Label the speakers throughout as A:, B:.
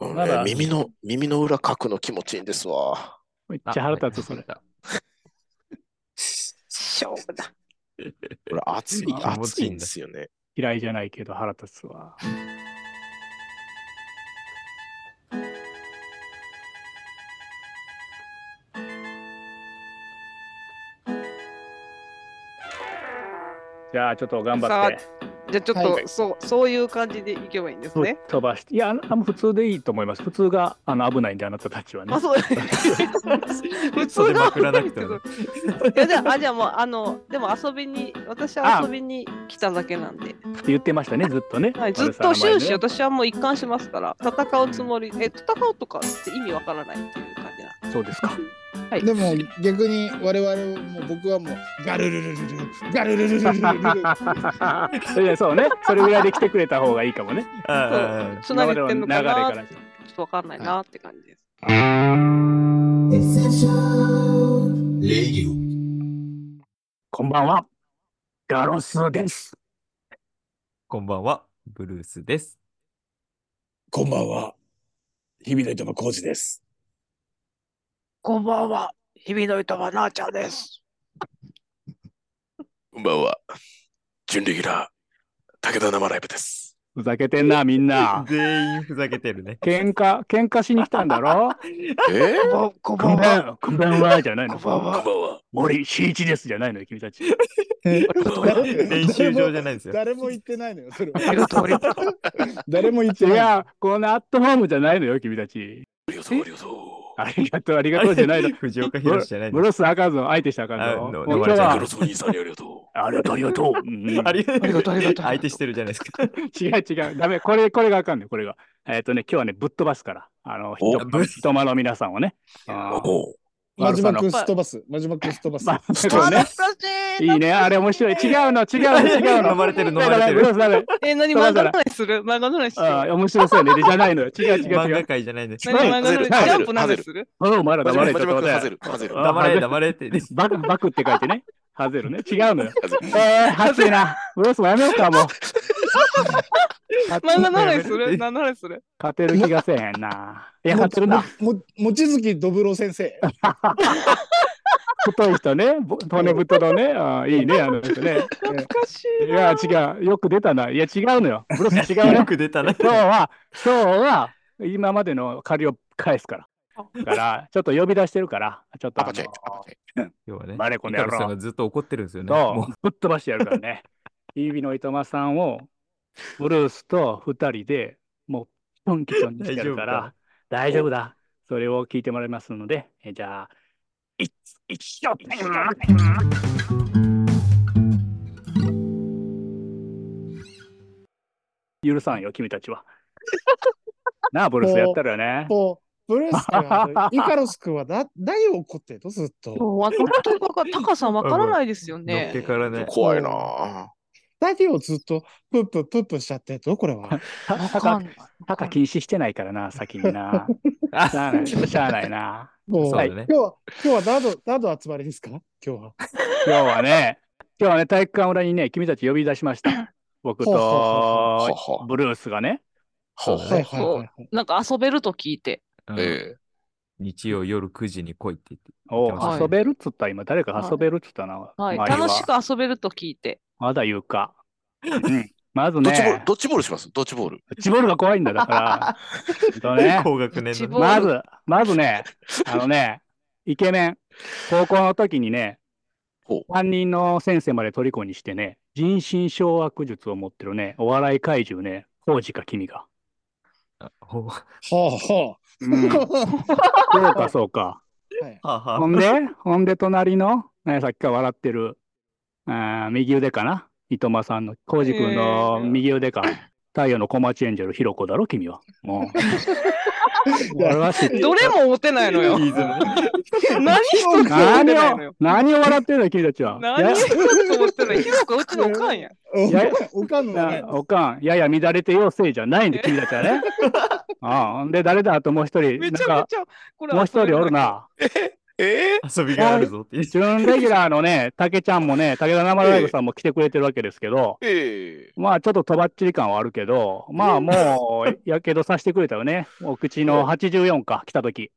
A: の
B: ま
A: ね
B: だ、
A: 耳の、耳の裏かくの気持ちいいんですわ。
B: めっちゃ腹立つ、それ。
A: しょうだ。これ熱い、
C: あ気持
A: 熱
C: ち
A: い
C: いいん
A: んで
C: だ
A: すよね。
B: 嫌いじゃないけど腹立つわ。じゃあちょっと頑張って
D: じゃあちょっと、そうそういう感じでいけばいいんです
B: ぶっ
D: ね。
B: 飛ばしていやあのあの普通でいいと思います普通があの危ないんであなたたちはね
D: あ、そう 普通
C: ま
D: の。
C: くらなくてもね
D: いやでもあじゃあもうあのでも遊びに私は遊びに来ただけなんで、
B: って言ってましたねずっとね、
D: はい、ずっと
B: 丸さんの前で
D: 終始、
B: ね
D: 私はもう一貫しますから戦うつもりえ戦うとかって意味わからないっていう感じなんで
B: そうですか
D: はい
E: でも逆に我々も僕はもうガルルルルルルガルルルルルルル
B: それでそうねそれぐらいで来てくれた方がいいかも ね
C: あ
D: つなげてんのか
B: 今ま
D: な
B: での流れから
D: ちょっとわかんないなって感じです。
B: こんばんはガロスです
C: こんばんは、ブルースです。
E: こんばんは。日々の糸の浩二です。
D: こんばんは、日々の糸はなあちゃんです。
A: こんばんは。準レギュラー、武田生ライブです。
B: ふざけてんなみんな
C: 全員ふざけてるね。
B: 喧嘩喧嘩しに来たんだろ
A: えー、
D: こん
B: こんばんはこんばんはじゃないの
A: こんばんは。
B: 森進一ですじゃないのよ君たち
C: 練習場じゃないんですよ。
E: 誰も言ってないのよ、それは。
B: 誰も言ってないいやこのアットホームじゃないのよ君たち
A: ありがとう、ありがと
B: ありがとうありがとうじゃないの
C: 藤岡弘じゃない
B: ブ
C: の。
B: ロスあかんぞ相手したらあかん
C: あ
B: ぞ
C: の
B: もう今日
C: で
A: う。
C: もあ
A: ク
C: れ
A: ロ
B: は
A: スお兄さんにありがと
B: ありがとうあり がとう、うん
C: あり
D: がとうありがとう
C: 相手してるじゃ ないですか。
B: 違う違う、ダメ、これ、これがあかんねんこれが。えっ、とね、今日はね、ぶっ飛ばすから、あの、ひ
A: お
B: とひとまの皆さんをね。あ
A: う。
B: ー
A: おう
E: マジマクス飛ばす。マジマクス飛ばす。
B: まあ、
A: スト
B: そうね
A: ー
B: いいね、あれ面白い。違うの、違うの、違うの。
C: 飲まれてる飲
B: ダメ
C: ま
B: ダメ
C: れて
B: ブ
C: る
B: ロ。スダメ
D: え、何漫画の話する漫画の話する
B: あー面白そうやね。じゃないのよ。違う違う
C: 漫
B: 違
C: 画
B: う。
C: 界じゃないんです。
D: 何漫画の
A: 外
D: 話
A: れる外れる
D: ジャンプの話する
B: うん、お前ら
A: マジ
B: 黙
A: マ
B: れ
A: ク
B: ちょっと待
A: ハ
B: っ
A: ゼ
B: て。
A: ル、ハゼル。
B: あ
C: 黙れ黙れ って。
B: バク、バクって書いてね。ハゼルね。違うのよ。
A: ハゼル
B: えー、ハゼな。ブロスもやめようか、もう。
D: 漫画の話す
C: え
D: る何の話する
B: 勝てる気がせえへんな。いや、勝てるな。
E: も。も、もちづきどぶろ 先生。
B: 太い人ね。ぼ骨太のね。あーいいね、あの人ね。
D: 懐かしい
B: いや、違う。よく出たな。いや、違うのよ。ブロス違う
C: よ
B: よ。
C: く出たな。
B: 今日は、今日は、今までの借りを返すから。だから、ちょっと呼び出してるから、ちょっと
A: ア
B: あの
A: パチェ、アパチェ。
C: 今日はね。
B: バレこの野郎
C: イカロスさんがずっと怒ってるんですよね。
B: と
C: も
B: ぶっ飛ばしてやるから ね。イービの糸間さんを、ブルースと二人でもう、キョンキョンにしてやるから、大丈夫だ。それを聞いてもらいますので、えじゃあ、いっ、いっしょ許さんよ、君たち は。なあ、ブルースやったらね。
E: と、ブルース君は、イカロス君はだ、何を怒ってんのずっと。
D: もう本当にわか高さんわからないですよ
C: う、のっけ
D: ね。
C: からね。
A: 怖いなぁ。
E: 何をずっと、プップップップしちゃってんのこれは。
B: たた
D: わか
B: か
D: んない
B: たか禁止してないからな、先に な。
C: あ
B: しゃあない、しゃあないな。
E: も
C: そう
E: う、
C: だ
E: 今
C: ね
E: 日。は、今日は何度、何度集まりですか今日は。
B: 今日はね、今日はね、体育館裏にね、君たち呼び出し ました。僕
E: ほうほうほ
A: は
B: と
A: は。
B: ブルースがね。
A: は
C: そう
E: は
C: だ
E: い
C: ね
E: はいはいはい。
D: なんか遊べると聞いて。
C: うん
A: え
C: 日曜夜9時に来いって言って。
B: おう
C: はい
B: 遊べるっつった、今、誰か遊べるっつったな。
D: は
B: 前
D: い、
B: は
D: 楽しく遊べると聞いて。
B: まだ言う か。うんまず
A: え。ドッジボー
B: ね
A: ル、、ドッジボールしますドッジボール。
B: ドッジボールが怖いんだ、だから。ほん とね、
C: 高学年
D: 一望
C: のね。
B: まず、まずね、あのね、イケメン、高校の時にね
A: ほう、
B: 担任の先生まで虜にしてね、人心掌握術を持ってるね、お笑い怪獣ね、コウジか君が。
C: ほうは
E: はあは
B: うん、そうか、そうか。
C: あはあ
B: ほんで、ほんで隣の、ね、さっきから笑ってる、あー右腕かな、いとまさんの、こうじくんの
D: えー
B: 右腕か、太陽の小町エンジェル、ひろこだろ、君は。 もう俺は知ってる
D: どれも持てないのよ。
C: いいぞね
D: 何一つ持てな
B: 何
D: いのよ
B: を、。何を笑ってるの、君たちは。
D: 何一つ持ってない。ひろくうちのおかんや。
E: あ
B: や。
E: おかんの
B: や
E: ね
B: や、おかん、やや乱れてようせいじゃないんで、君たち はね。ああほんで、誰だ、あともう一人、な
D: め
B: ん
D: ちゃめ
B: か、
D: ちゃ、これ
B: もう一人おる
D: な。
B: な。
A: え
C: 遊びがあるぞって。
B: 準レギュラーのね、竹ちゃんもね、武田生ライブさんも来てくれてるわけですけど、
A: ー、え
B: まあちょっととばっちり感はあるけど、まあもう、やけどさせてくれたよね。お口の84か、来た時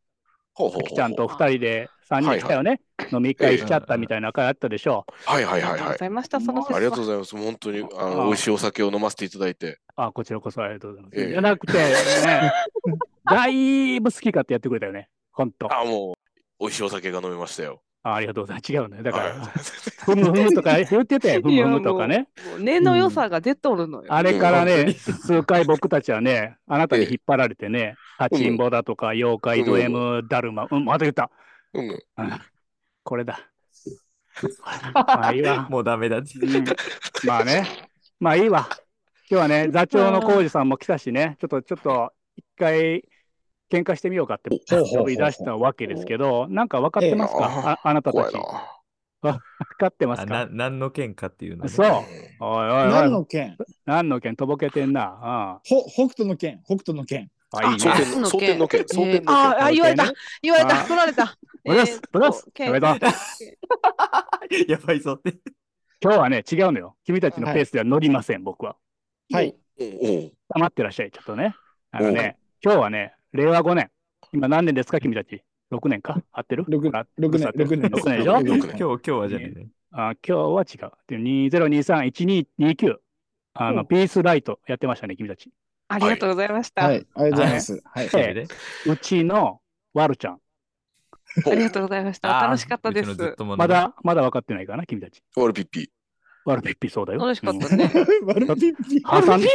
A: ほうほうほうほう
B: きちゃんと2人で3人来たよね。飲み会しちゃったみたいな会あったでしょ。
A: はいはい
D: あ
A: は
D: り
A: い
D: が
A: は
D: とうご
A: い。
D: ざいました、その
A: ありがとうご
D: ざい
A: ざいます。本当にあ
B: あ
A: の美味しいお酒を飲ませていただいて。
B: あ、こちらこそありがとうございます。
A: ええ
B: じゃなくて、 ね、だいぶ好き勝手やってくれたよね。ほんと。
A: あもう、美味しいお酒が飲めましたよ。
B: あありがとうございます。違うね。だか
A: は
B: ら、
A: い
B: ふむふむとか言ってて、ふむふむとかね。
D: ます。もう根の良さが出とるのよ。
B: あれから
C: うん本
B: ね、数回僕たちはね、あなたに引っ張られてね、立ちんぼだとか、妖怪ド M、だるま、うん、また言った。
A: うん、
B: これだ。まあいいわ。
C: もうダメだって。
B: うんまあね、まあいいわ。今日はね、座長の浩二さんも来たしね、ちょっと、ちょっと、一回、喧嘩してみようかって、
E: ほうほうほうほう
B: 飛び出したわけですけど、なんか分かってます
A: ええ
B: かああなたた
A: 怖
B: ち。
A: いな
B: 分。かってます
C: あな
B: か
C: 何の喧嘩っていうの ね、
B: そう。
A: う
B: おいおい
E: 何
B: おい、
E: の件
B: 何の件とぼけてんな。
E: ほ北斗の件北斗の件
B: うん、
A: ん
B: あ、いい
A: 争
D: あ
B: ね。
A: 点の争点の件、争点の
D: あ
A: 件。
D: あ、言われた
B: ね。
D: 言われ
B: あ
D: た。取られた。
B: ブルース、ブルース、
D: え
B: や
D: ー
B: め
D: っと
B: と。
C: やばいぞって。
B: 今日はね、違うのよ。君たちのペースでは乗りません、僕は。
E: はい
A: うんうん
B: 黙ってらっしゃい、ちょっとね。あのね、今日はね、令和5年。今何年ですか、君たち。6年か合ってる
E: 六
B: あ
E: 六年六年
B: 六年でしょ
E: 六
A: 六
C: 今
A: 年
C: 日、今日はじゃねえね。
B: あ今日は違う。で2023-1229。あの、
E: うん
B: ピースライトやってましたね、君たち。
D: ありがとうございました。
E: は
D: あ
E: いありがとうございますはい
B: ええ
C: それで
B: うちのワルちゃん。
A: ほ
D: りがとうございました。
C: あー
D: 楽しかったで
C: う
D: す
C: ちの。ずっともね
B: まだ、まだ分かってないかな、君たち。
A: う。ワルピッピ。
B: ワルピッピそうだよ。
D: 楽しかっ
B: うん
D: たね。
E: 悪ピッピ
B: 挟ん で。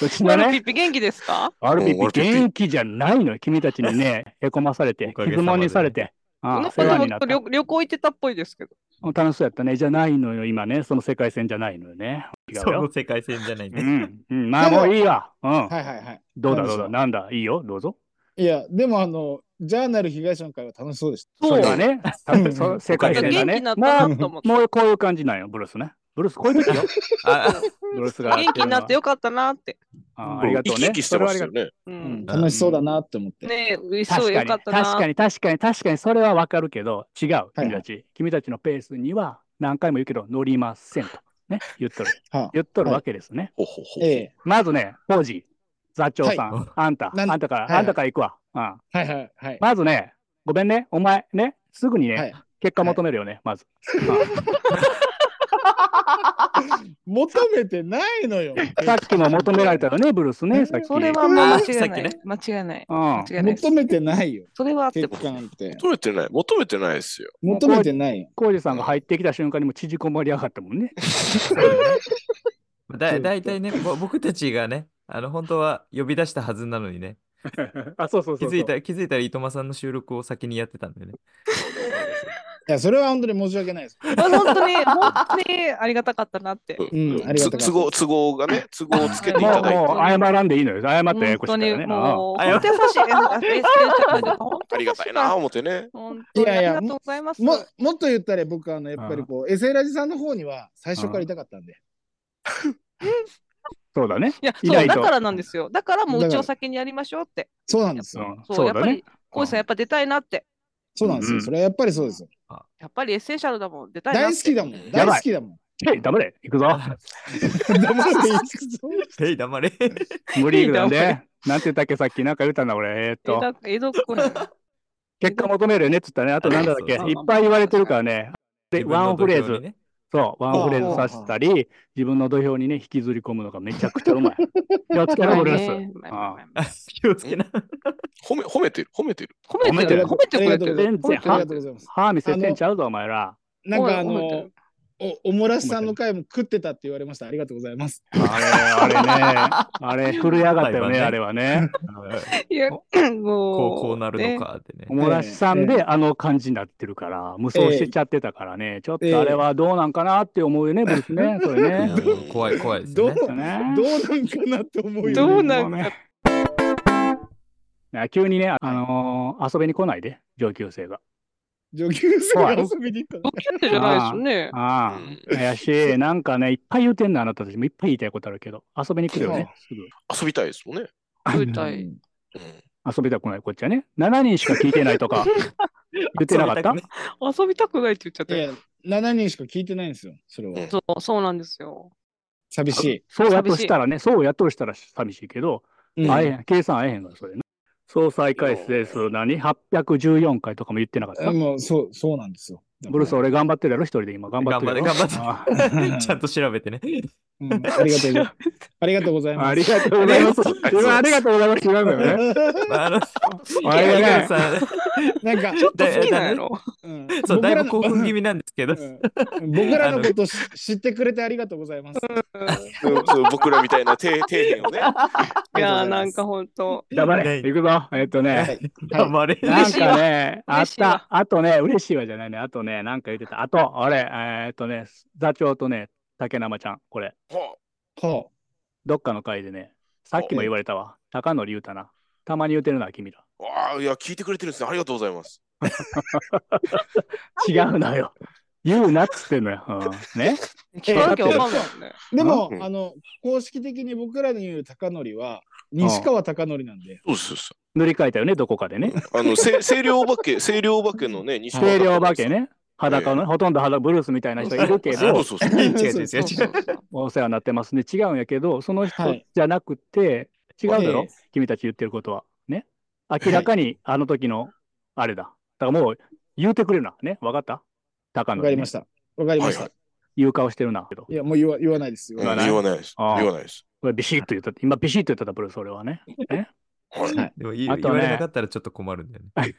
B: うち
D: マ
B: の
D: ルピ
B: ね、
D: ッピ元気ですか
B: ワルピ
A: うんワ
B: ッ
A: ルピ
B: ピ
A: ッピ
B: 元気じゃないのよ。君たちにね、へこまされて
C: お、かげ
B: 質
C: さまで
B: 問にされて。あ
D: この
B: あ、世話に
D: 子
B: なっ
D: と
B: た。
D: 旅旅行行ってたっぽいですけど。
B: 楽しそうやったね。じゃないのよ、今ね。その世界線じゃないのよね。違
C: そうの
B: よ。
C: 世界線じゃないん
B: う
C: で。
B: ん、うん。まあもういいわ。うん。
E: はいはいはい
B: どうだどう
E: 楽しそ
B: だ。
E: う
B: なんだ。いいよ。どうぞ。
E: いやでもあのジャーナル東の会は楽しそうでし
B: そうだね。多分そうう世界
D: 元
B: 線
D: 気
B: が
D: に
B: ね
D: な。っ
B: も
D: たなと思っ
B: う、
D: て。
B: もうこういう感じなんよ、ブルースね。ブルース、こういう時よ。
C: あ
B: ブルースが。
D: 元気になってよかったなって。
B: あーありがとう
A: 生き
B: ね
A: 生。きし
B: そ
A: て
B: れ
A: ま
B: はあ
A: し
B: り
A: た
B: が
A: よ
B: と
A: ね。
D: う
B: うん
E: た楽しそうだなって思って
D: ねえ、嬉し
B: う。
D: そう、よ
B: 確
D: か
B: かに、
D: ったな。
B: 確かに、確かに、確かに、それはわかるけど、違う、
E: いはい
B: 君たち。君たちのペースには何回も言うけど、乗りませんと。ね、言っとる。
E: はあ
B: 言っとるわけですね。
A: ほうほうほう。
E: ええ
B: まずね、当時、座長さ
C: はい
B: ん、あんた、
E: なん
B: あんたから、
E: はい
B: あんたから行くわ。うん
E: はいはいはい
B: まずね、ごめんね、お前ね、すぐに
E: は
B: ね、
E: い
B: 結果求めるよね、まず。
E: 求めてないのよ
B: さっきも求められたよね、ブルースね、さっき。
D: それはまあ間違いな
C: さ
D: い。
C: っ
D: 間違いない。
B: うん
D: 間違いないです
E: 求。めてな いよ
D: それはあって
E: 結
D: も。
E: 果なんて
A: 求めてない。求めてないですよ。
E: 求めてないよ
B: 浩二さんが入ってきた瞬間にも縮こまりやがったもんね。
C: だだいたいね、ぼ僕たちがね、あの、本当は呼び出したはずなのにね、
B: あ、そうそう
C: 気
B: そうそう。
C: づいた、気づいたら、いとまさんの収録を先にやってたんだよね。
E: いやそれは本当に申し訳ないです
D: まあ本当に、本当にありがたかったなって。
E: うんありがたかった
A: つ都合、都合が ね、都合をつけてい
B: も
A: た
B: う、
A: だいて。
B: もう謝らんでいいのよ。謝ってええ
D: 本
B: こ
D: 当
B: し
D: に
B: たらね。
D: もう、
C: ああ
D: 本当優しい。え
A: ありがたいな、。思ってね。
D: 本当に優しかった本当にありがとうございます。
E: ももっと言ったら僕はあのやっぱりこうエセラジさんの方には最初からいたかったんで
B: そうだね。
D: いや、
B: い
D: そ、
B: ないうと
D: だからなんですよ。だからもう
E: だ
D: う
E: か
D: ち
E: ら
D: を先にやりましょうって。
E: そうなんです
B: う
E: よ
B: ん
D: そう、
B: そ
D: や
B: う
D: っ
B: だ
D: ぱ
B: ね
D: り。、こうさんやっぱ出たいなって。
E: そうなんです
B: う
E: よ
B: ん
E: それはやっぱりそうですよ
D: やっぱりエッセンシャルだもん。出たいなっ
E: 大
D: て。
E: 好きだもん
B: や
E: 大
B: ばい
E: 好きだもん
B: へい、黙れ。行くぞ。
E: 黙 っていいですか
C: ペイ黙れ。
B: 無理なん
D: いい
B: で。なんて言ったっけさっき、なんか言ったんだ、俺。えーっ
D: え
B: と、
D: だ江戸っ子なの
B: 結果求めるよねっつったね。あと、なんだっけ。いっ
C: そ
D: そ
C: う
D: うそう
B: ぱい言われてるからね。で、
C: 自分
B: ワ
C: の
B: ンフレー
C: 土俵に
B: ズ。
C: ね。
B: そう、ワンフレーズさせたり、自分の土俵にね、引きずり込むのがめちゃくちゃうま い。気をつけろ、ブルース。
D: まあねまあまあまあ
C: あ気をつけな。
A: 褒め、褒めてる、褒めてる。
D: 褒めてる、
E: 褒
D: 褒
E: め
D: め
E: て
D: て
E: る
D: くれてる。
B: 全然
E: ありがとうございます
B: 歯見せてんちゃうぞ、お前ら。
E: なんかあ
D: 褒めて
E: の
D: る
E: おおもらしさんの回も食ってたって言われましたありがとうございます
B: あれ、 あれね、あれ、震え上がったよね、
C: 裁判ね
B: あれはね。
D: いや、も
C: こ
D: う。
C: こう、こうなる
D: ね
C: のかって ね
B: お。もらしさん
E: え
B: であの感じになってるから、無双してちゃってたからね、ちょっとあれはどうなんかなって思うよね、ブルース ね、それ
C: い
B: ね
C: や。もう怖い、怖いです
E: どう
C: ね。
E: どう
B: ね
E: なんかなって思うよ
D: どう
E: ね
D: なん
B: もね。 いや急にね、あのー遊びに来ないで、上級生が。
E: 上級生が遊びに行った
D: 同級生じゃないですよね。
B: あ
A: うん
B: あ、怪しい。なんかね、いっぱい言うてんの、あなたたちもいっぱい言いたいことあるけど、遊びに来るよね、すぐ。
A: 遊びたいですもんね。
D: どうい
E: の
D: たい。
A: うん
B: 遊びたくない、こっちはね。7人しか聞いてないとか、言ってなかった
C: 遊び
D: 遊びたくないって言っちゃった
E: い
D: よ。
E: や、7人しか聞いてないんですよ、それは。
D: そう、そうなんですよ。
E: 寂し
B: そうやとしたらね、そうやとしたら寂しいけど、
E: い。うん
B: あえへん、計算あえへんから、それね。総再回数数何 ?814 回とかも言ってなかった。
E: もう、そう、そうなんですよ。
B: ブ ルース、俺頑張ってるやろ、一人で今。頑張ってるやろ。
C: 頑張って
B: 張
C: 頑たくないちゃんと調べてね。
E: うんありがとうございます。ありがとうございます。
B: ありがとうございます。今 ありがとうございます。違うんだよね。
C: あの、
B: あれ
C: 江
B: がね
C: 川、さん
E: なんか、
D: ちょっと好きなんやろ。
E: うん
C: そう、だいぶ興
E: 僕らの
C: 奮気味なんですけど。
E: うん僕らのことし知ってくれてありがとうございます。
A: うんそう僕らみたいな底底辺をね。
D: いやー、なんかほんと。
B: 頑張れ。行くぞ。えっとね。
C: 頑張れ。
B: な
D: 嬉
B: ん
D: しい
B: か
D: わ
B: ね、あっ
D: 嬉しいわ
B: た、あとね、嬉しいわじゃないね、あとね、なんか言ってた、あと、あれ、えーっとね、座長とね、竹生ちゃん、これ、
A: ほ
E: ほ
B: どっかの会でね、さっきも言われたわ、高則言うたな、たまに言うてるな、君ら。
A: うわあ、いや、聞いてくれてるんですね。ありがとうございます。
B: 違うのよ。言うなっつってんのよ。うん、ね
D: 聞かなきゃわかんないもんね。
E: うでも
A: う、ん
E: あの、公式的に僕らに言う高則は、西川高則なんで。
A: そうですそ
B: 塗り替えたよね、どこかでね。
A: うです。あの、せ清涼お化け、清涼お化けのね、西
B: 清涼化
A: ね。
B: けね、裸の、ほとんど裸ブルースみたいな人いるけ
A: そ
B: ど
A: う、そうそう。
C: 違う違う違う
D: そ
E: そ
D: うそうそう
B: お世話になってますね、違うんやけど、その
E: は
B: 人
E: い
B: じゃなくて、違うだろ、
E: ええ
B: 君たち言ってることは。ね。明らかにあの時のあれだ。だからもう言うてくれるな。ね。わかった高野、ね。
E: わかりました。わかりまし
A: は
E: た。
B: 言う顔してるな。けど
E: いや、もう言わ言わないです。
A: うん
E: 言
A: 言
E: わ
A: わ
E: ない。
A: ないです。言
B: ああ
A: わないです。
B: これビシッと言った。今ビシッと言っただ、ブルース、俺は ね。
A: はい。
E: はい
C: でも言,、
B: あとね
C: 言われなかったらちょっと困るんだよね。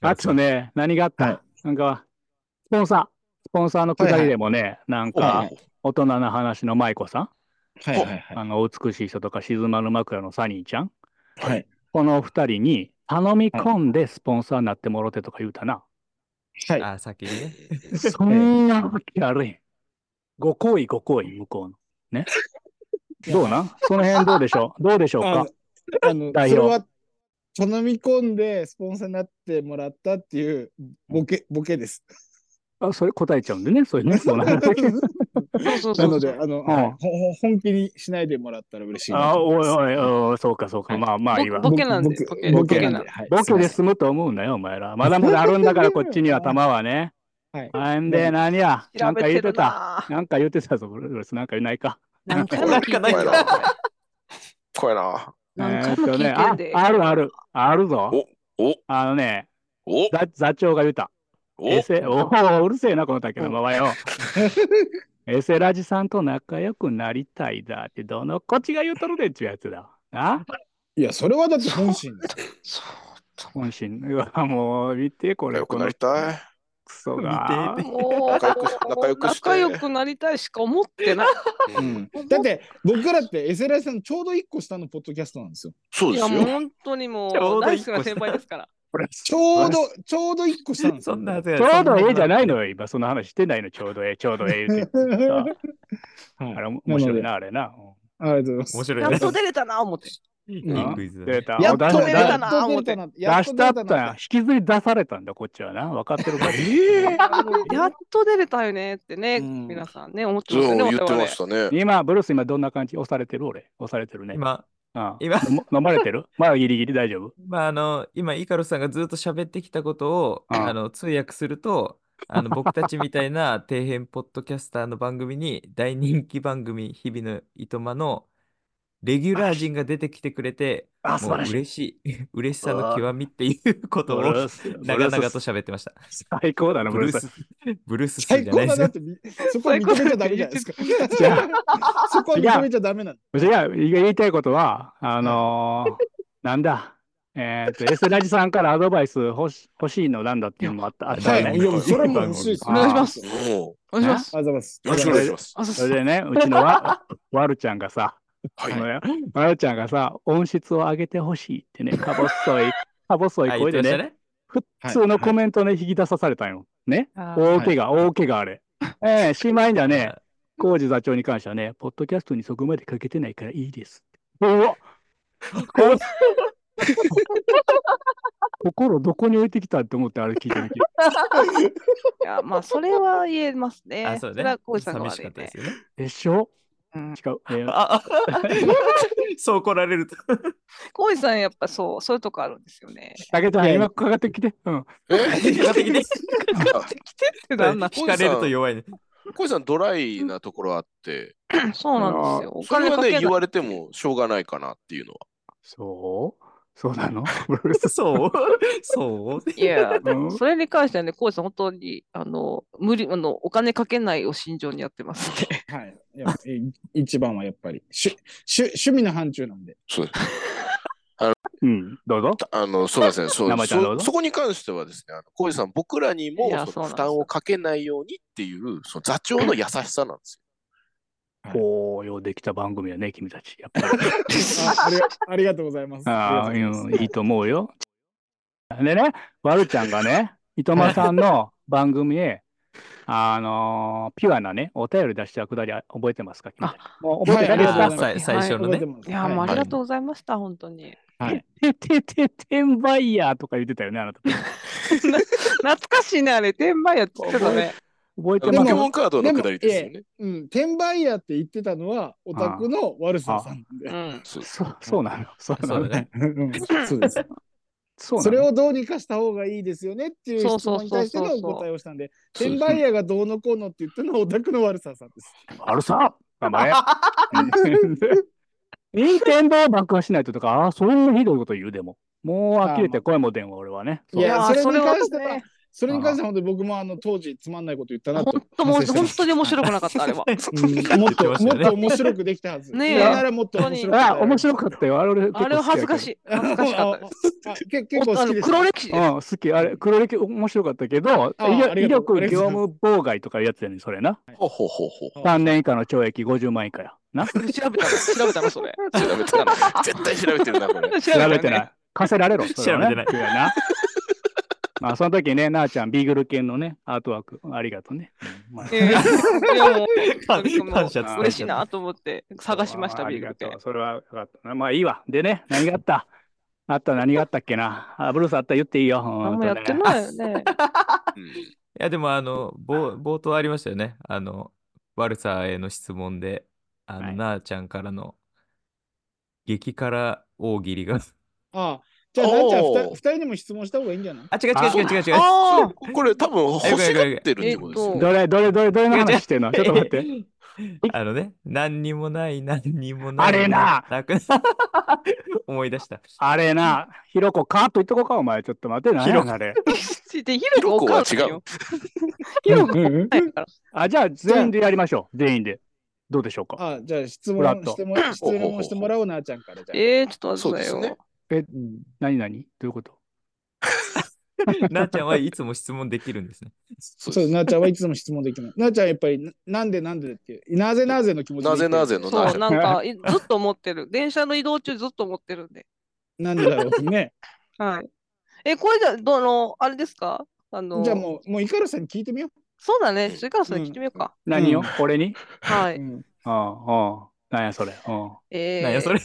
B: あとね、何があった、
E: はい
B: なんか、スポンサー。スポンサーのくだりでもね、なん
A: ほう
B: か、大人な話の舞子さん、
E: はいはいは
B: あの、美しい人とか、静まる枕のサニーちゃん、
E: い。はい。
B: この二人に頼み込んでスポンサーになってもろてとか言うたな。
E: はい。
C: あ、先にね。
B: そんなわけあるへん。ご好意ご好意向こうの。ね。どうなんその辺どうでしょうどうでしょう
E: あ
B: か
E: のあの、
B: 代表
E: それは頼み込んでスポンサーになってもらったっていうボケ、ボケです。
B: あそれ答えちゃうんでね、そういうね。そうなんだ
D: そうそう
E: な
D: そ
E: の
D: うそ
E: で、
D: う。
E: あの、
B: ん
E: はいほほ本気にしないでもらったら嬉しいな
B: あ、
E: と
B: お
E: 思
B: い
E: います。
B: おいおい、そうかそうか。まあまあいいわ。
D: ボケなんでボ
E: ボケ
D: ケ
E: ボケ
D: ボケ
E: な
D: なんん
E: で
D: で。
E: はい
B: ボケで済むと思うんだよ、お前ら。まだまだあるんだから、こっちには玉はね。
E: はい
B: あんで、何や。な
D: 調
B: んか言っ
D: べ
B: て
D: てる
B: た。
D: な
B: なんか言ってたぞ、ブルース。なんかいないか。
D: ー。何回も聞いてるよ。
A: 怖いな。
D: 何
B: えー
D: 回
B: っ
D: も
B: とね、
D: 聞
B: あ
D: いてるで。
B: あるある。あるぞ。
A: お、
B: あのね、
A: お、
B: 座座長が言った。
A: お
B: エ。セおおうるせえな、この竹の名前を。エセラジさんと仲良くなりたいだって、どのこっちが言うとるでっちゅうやつだ。あ
E: いや、それはだって本心です。
D: そう
B: 本心。うわ、もう見て、こ
A: 仲
B: れ、
A: 良
B: こ
A: くな
B: の
A: りたい。
B: クソが
C: 見。て
D: もう
A: 仲良く仲良くして
D: 仲良くなりたいしか思ってない。
A: うん
E: だって、僕らってエセラジさんのちょうど1個下のポッドキャストなんですよ。
A: そう
D: い
A: です
D: や、
A: よ。
D: もう本当にも
C: ちょう
D: う
C: ど
D: 大好
C: 一
D: き
C: 個
D: な先輩で すから。
E: ちょうど、ちょうど1個下なんですよ。
C: そんなはず
B: ち
C: や
B: ょうどええじゃない
C: よ。
B: のよ、今、その話してないの、ちょうどええ、ちょうどええ言うて。
E: はい
B: あれ、
E: あ
B: 面白いな、あれな。
E: りがとうござい
C: 面
E: ます。
C: 白い
D: やっ
C: ね。
D: と出れたな、思って。
C: い
E: うん
C: いクイズだ
B: 出
C: ね。
B: た。
E: や
B: お
E: っと
B: 出し
E: 出れた
B: 出
E: な、
D: やっ
E: や
D: と
E: っと
D: 出れ
E: 出れたな。
B: したった
E: や
B: やん。引きずり出されたんだ、こっちはな。分かってるから。
A: ええ。
D: やっと出れたよねってね、
E: うん
D: 皆さんね、思って
A: そう
D: ますよね、
A: 言っ
D: 我
A: て
D: 々
A: ましたね。
B: 今、ブルース、今どんな感じ押されてる俺。押されてるね。
C: 今、
B: うん
C: 今、
B: も飲まれて るまだギリギリ大丈夫
C: まあ、あの、今、イカロスさんがずっと喋ってきたことを、
B: うん
C: あの、通訳すると、あの、僕たちみたいな 底辺ポッドキャスターの番組に、大人気番組、日々のいとまの、レギュラー陣が出てきてくれて、
B: あ
C: も
B: 素晴らし
C: う
B: い
C: 嬉しい、嬉しさの極みっていうこと
B: ブ
C: を、
B: ルース
C: 長々と喋ってました。
B: 最高だな、ブ
C: ブ
B: ル
C: ル
B: ー
C: ー
B: ス。
C: ス、ブルースス
E: 最
C: じゃな
E: 高
C: いで
E: だ
C: す
E: なっ
C: よ。
E: てみ、そこは認めちゃダメじゃないですか。
B: じゃ
E: そこは認めちゃダメなの。
B: じゃあ、言いたいことは、あのーなんだ、えーと、エスラジさんからアドバイス欲し欲しいのなんだっていうのもあったあった
E: は
B: よね。
E: い、いや、そ れも欲しいです。
B: お願いします
E: ありが
A: も
D: お願いします。
E: とうございます。
A: うよろしくお願いします。
D: あ、そう
B: そ
D: そう
B: れでね、うちのわ わるちゃんがさ、
A: は
B: あ
A: い。
B: のねわるちゃんがさ、音質を上げてほしいってね、か細い、か細
C: あ
B: い
C: 言
B: 声
C: って
B: で
C: ました
B: ね、
C: ね。
B: 普通のコメントね、引き出さされたよ。ね、大怪我、大怪我あれ。ええしまいんだね。工事座長に関してはね、ポッドキャストにそこまでかけてないからいいです。うわこ心どこに置いてきたって思ってあれ聞いてる
D: いや、まあ、それは言えますね。
C: あ、そう
D: れ
C: ね
D: は。浩二さんが
C: 寂
D: 悪
C: しかっ
D: い
C: たで
D: ね
C: す。よね。
B: でしょ
D: うん
B: 違う。えー
C: ああそう怒られると。
D: コウジさんやっぱそう、そういうとこあるんですよ ね。
B: 竹ちゃ
E: いや
B: ん、
E: いや
B: 今かかってきて。うん。
A: え
C: 比較的ね
D: かかってきてってなんなん
C: 聞かれると弱いね。
A: 小井さん、ドライなところあって、
D: そうなんですよ。お
A: それ
D: 金
A: は
D: か
A: ね、
D: け
A: 言
D: ない。
A: われてもしょうがないかなっていうのは。
B: そうそうなのブルース
C: そうそう
D: いや、で
B: う
D: も
B: ん
D: それに関してはね、コウジさん本当に、あの、無理、あの、お金かけないを心情にやってますね。
E: はい。やっぱい一番はやっぱり、しゅ、趣味の範疇なんで。
A: そう
B: うん。どうぞ。
A: あの、すみません。そ
B: 生
A: う
B: ちゃんどう
A: そ
B: ぞ
A: そこに関してはですね、あの小井さん、僕らにも
D: い
A: そ
D: や
A: の
D: そうなんですよ
A: 負担をかけないようにっていう、その座長の優しさなんです
E: はい
B: おー、ようできた番組やね、君たち。やっぱり。
E: あありがありがとうございます。
B: ああ、
E: りがとうございます
B: うんいいと思うよ。でね、わるちゃんが ね、いとまさんの番組へ、あのーピュアなね、お便り出したくだりあ覚えてますか君たちもう覚えて
E: は
B: ないいです
E: あ
B: か
E: りがとうござ
C: さ
E: い
C: い
E: ます
C: 最初の
E: 覚えて
C: ね。
E: ます
D: いや、もうあ
E: は
D: りがとうございました、本当に。
E: はい
B: ててててんばいやとか言ってたよね、あなた。
D: 懐かしいね、あれ、転売屋って言ってたね。
B: 覚えて
A: よ。
E: で
A: ポ
B: ま
E: も
A: ケ
B: す
A: モンカードのくだりですよね。
E: うん、転売屋って言ってたのは、オタクの悪ささんなん
D: う
E: で。
D: ん。
A: そう
B: そうそうなの。そうな
C: そう
B: の。
C: だね。
E: うんそうです。
B: そうな
E: それ
B: の。
E: をどうにかした方がいいですよねっていう質問に対してのお答えをしたんで、
A: そうそうそうそう
E: 転売屋がどうのこうのって言ったのはオタクの悪ささんです。
B: あるさ頑張れ 任天堂を爆破しないととか、ああ、そんなひどいこと言うでも。もう呆れて声も出んわ、俺はね。
E: いや
D: あー
E: それに
D: れは
E: 関しては
D: ね
E: それに関しては本当に僕もあの当時つまんないこと言ったなと
D: 本当もう
E: 反省してま
D: 本
E: す
D: 当に面白くなかったあれ は。
E: うんもっと
C: 言ってました
E: も
C: よ
E: っ
C: ね
E: と面白くできたはず。
D: ねえ
E: 今ならもっと面白くできた
B: あ、面白かったよ。あれ、俺
D: あれは恥ずか
B: い。
D: しい。恥ずかしかったです。
E: ああけ結構
D: おあ
E: 好き
D: の
E: です。
D: 黒歴史
B: う
D: で
B: ん
D: す。、
B: 好き。あれ、黒歴面白かったけど、威
E: ああ
B: 力
E: り
B: 威
E: がと
B: 力
E: うありが
B: 業
E: とう
B: 務妨害とかいうやつやねん、それな。
A: ほうほうほうほう。
B: 3年以下の懲役50万円以下や。な調
D: 調べたの調べたのそれ。
A: 調べ たな。絶対調べてるな、これ。
D: 調
B: べて
D: い。
B: ない。課せられろ。それはね
C: 調べて
B: いやな。 まあ、その時ね、なあちゃん、ビーグル犬のね、アートワーク、ありがとうね。うんまあ
D: いやいやも
C: 感謝
B: あー
D: う
C: 感謝伝えちゃった
D: 嬉しいなと思って探しました
B: あ
D: ビ
B: り
D: ー
B: が
D: ル
B: とう
D: で。
B: それはよかったな。まあいいわ。でね、何があったあった何があったっけな。あブルースあった言っていいよ。何
D: 何もやって
B: い。
D: ないよね。
A: うん
C: いや、でも、あの、ぼ冒頭ありましたよね。あの、悪さへの質問で、あの、
B: はい
C: なあちゃんからの激辛大喜利が。
E: ああじゃあ、なんちゃん
A: おー
E: 二人二人にも質問した方がいいんじゃない
C: あ、違う違
B: あ
C: う違う違う違う。
A: ああ、これ多分欲しがってるってことですよね。
B: どれどれどれどれの話してんのちょっと待って。
C: あのね、何にもない、何にもない。
B: あれな
C: なく 思い出した。
B: あれな、ひろこカーッと言っとこうか、お前。ちょっと待って、何やねんあれ。
D: でヒ
A: ロ
D: ロ
A: コは
D: コは
A: 違
D: 違
A: う
D: う。ヒロコ
E: うんうんうん
D: ないから。
B: あ、じゃあ全員でやりましょう。全員で。どうでしょうか。
E: ああじゃあ質
B: フラッ
E: 問
B: ト
E: しても質問してもらおうなあちゃんからじゃあ。
D: えー、ちょっと
A: そう
D: 待っ
A: で
D: て
A: す
D: くださ
A: ね
D: いよ。。
E: うん
B: 何何どういうこと
C: なあちゃんはいつも質問できるんですね。
A: そう
E: そう、
A: です
E: なーちゃんはいつも質問できない。なーちゃんはやっぱりな、なんでなんでっていう、なぜなぜの気持ちで
A: なぜなぜのな
D: そ
A: ぜ
D: うなんかいずっと思ってる。電車の移動中ずっと思ってるんで。
E: なんでだろうね。
D: はい。えこれじゃどのあれですか？あの
E: じゃあもう、もうイカロスさんに聞いてみよ
D: そうだね。それからそれ聞いてみようか。
B: 何よ
E: うん
B: 俺に
D: は
E: う。う
D: い。
E: ん
B: うんうん。何やそれ。うん。
D: えー、
C: なんやそれ。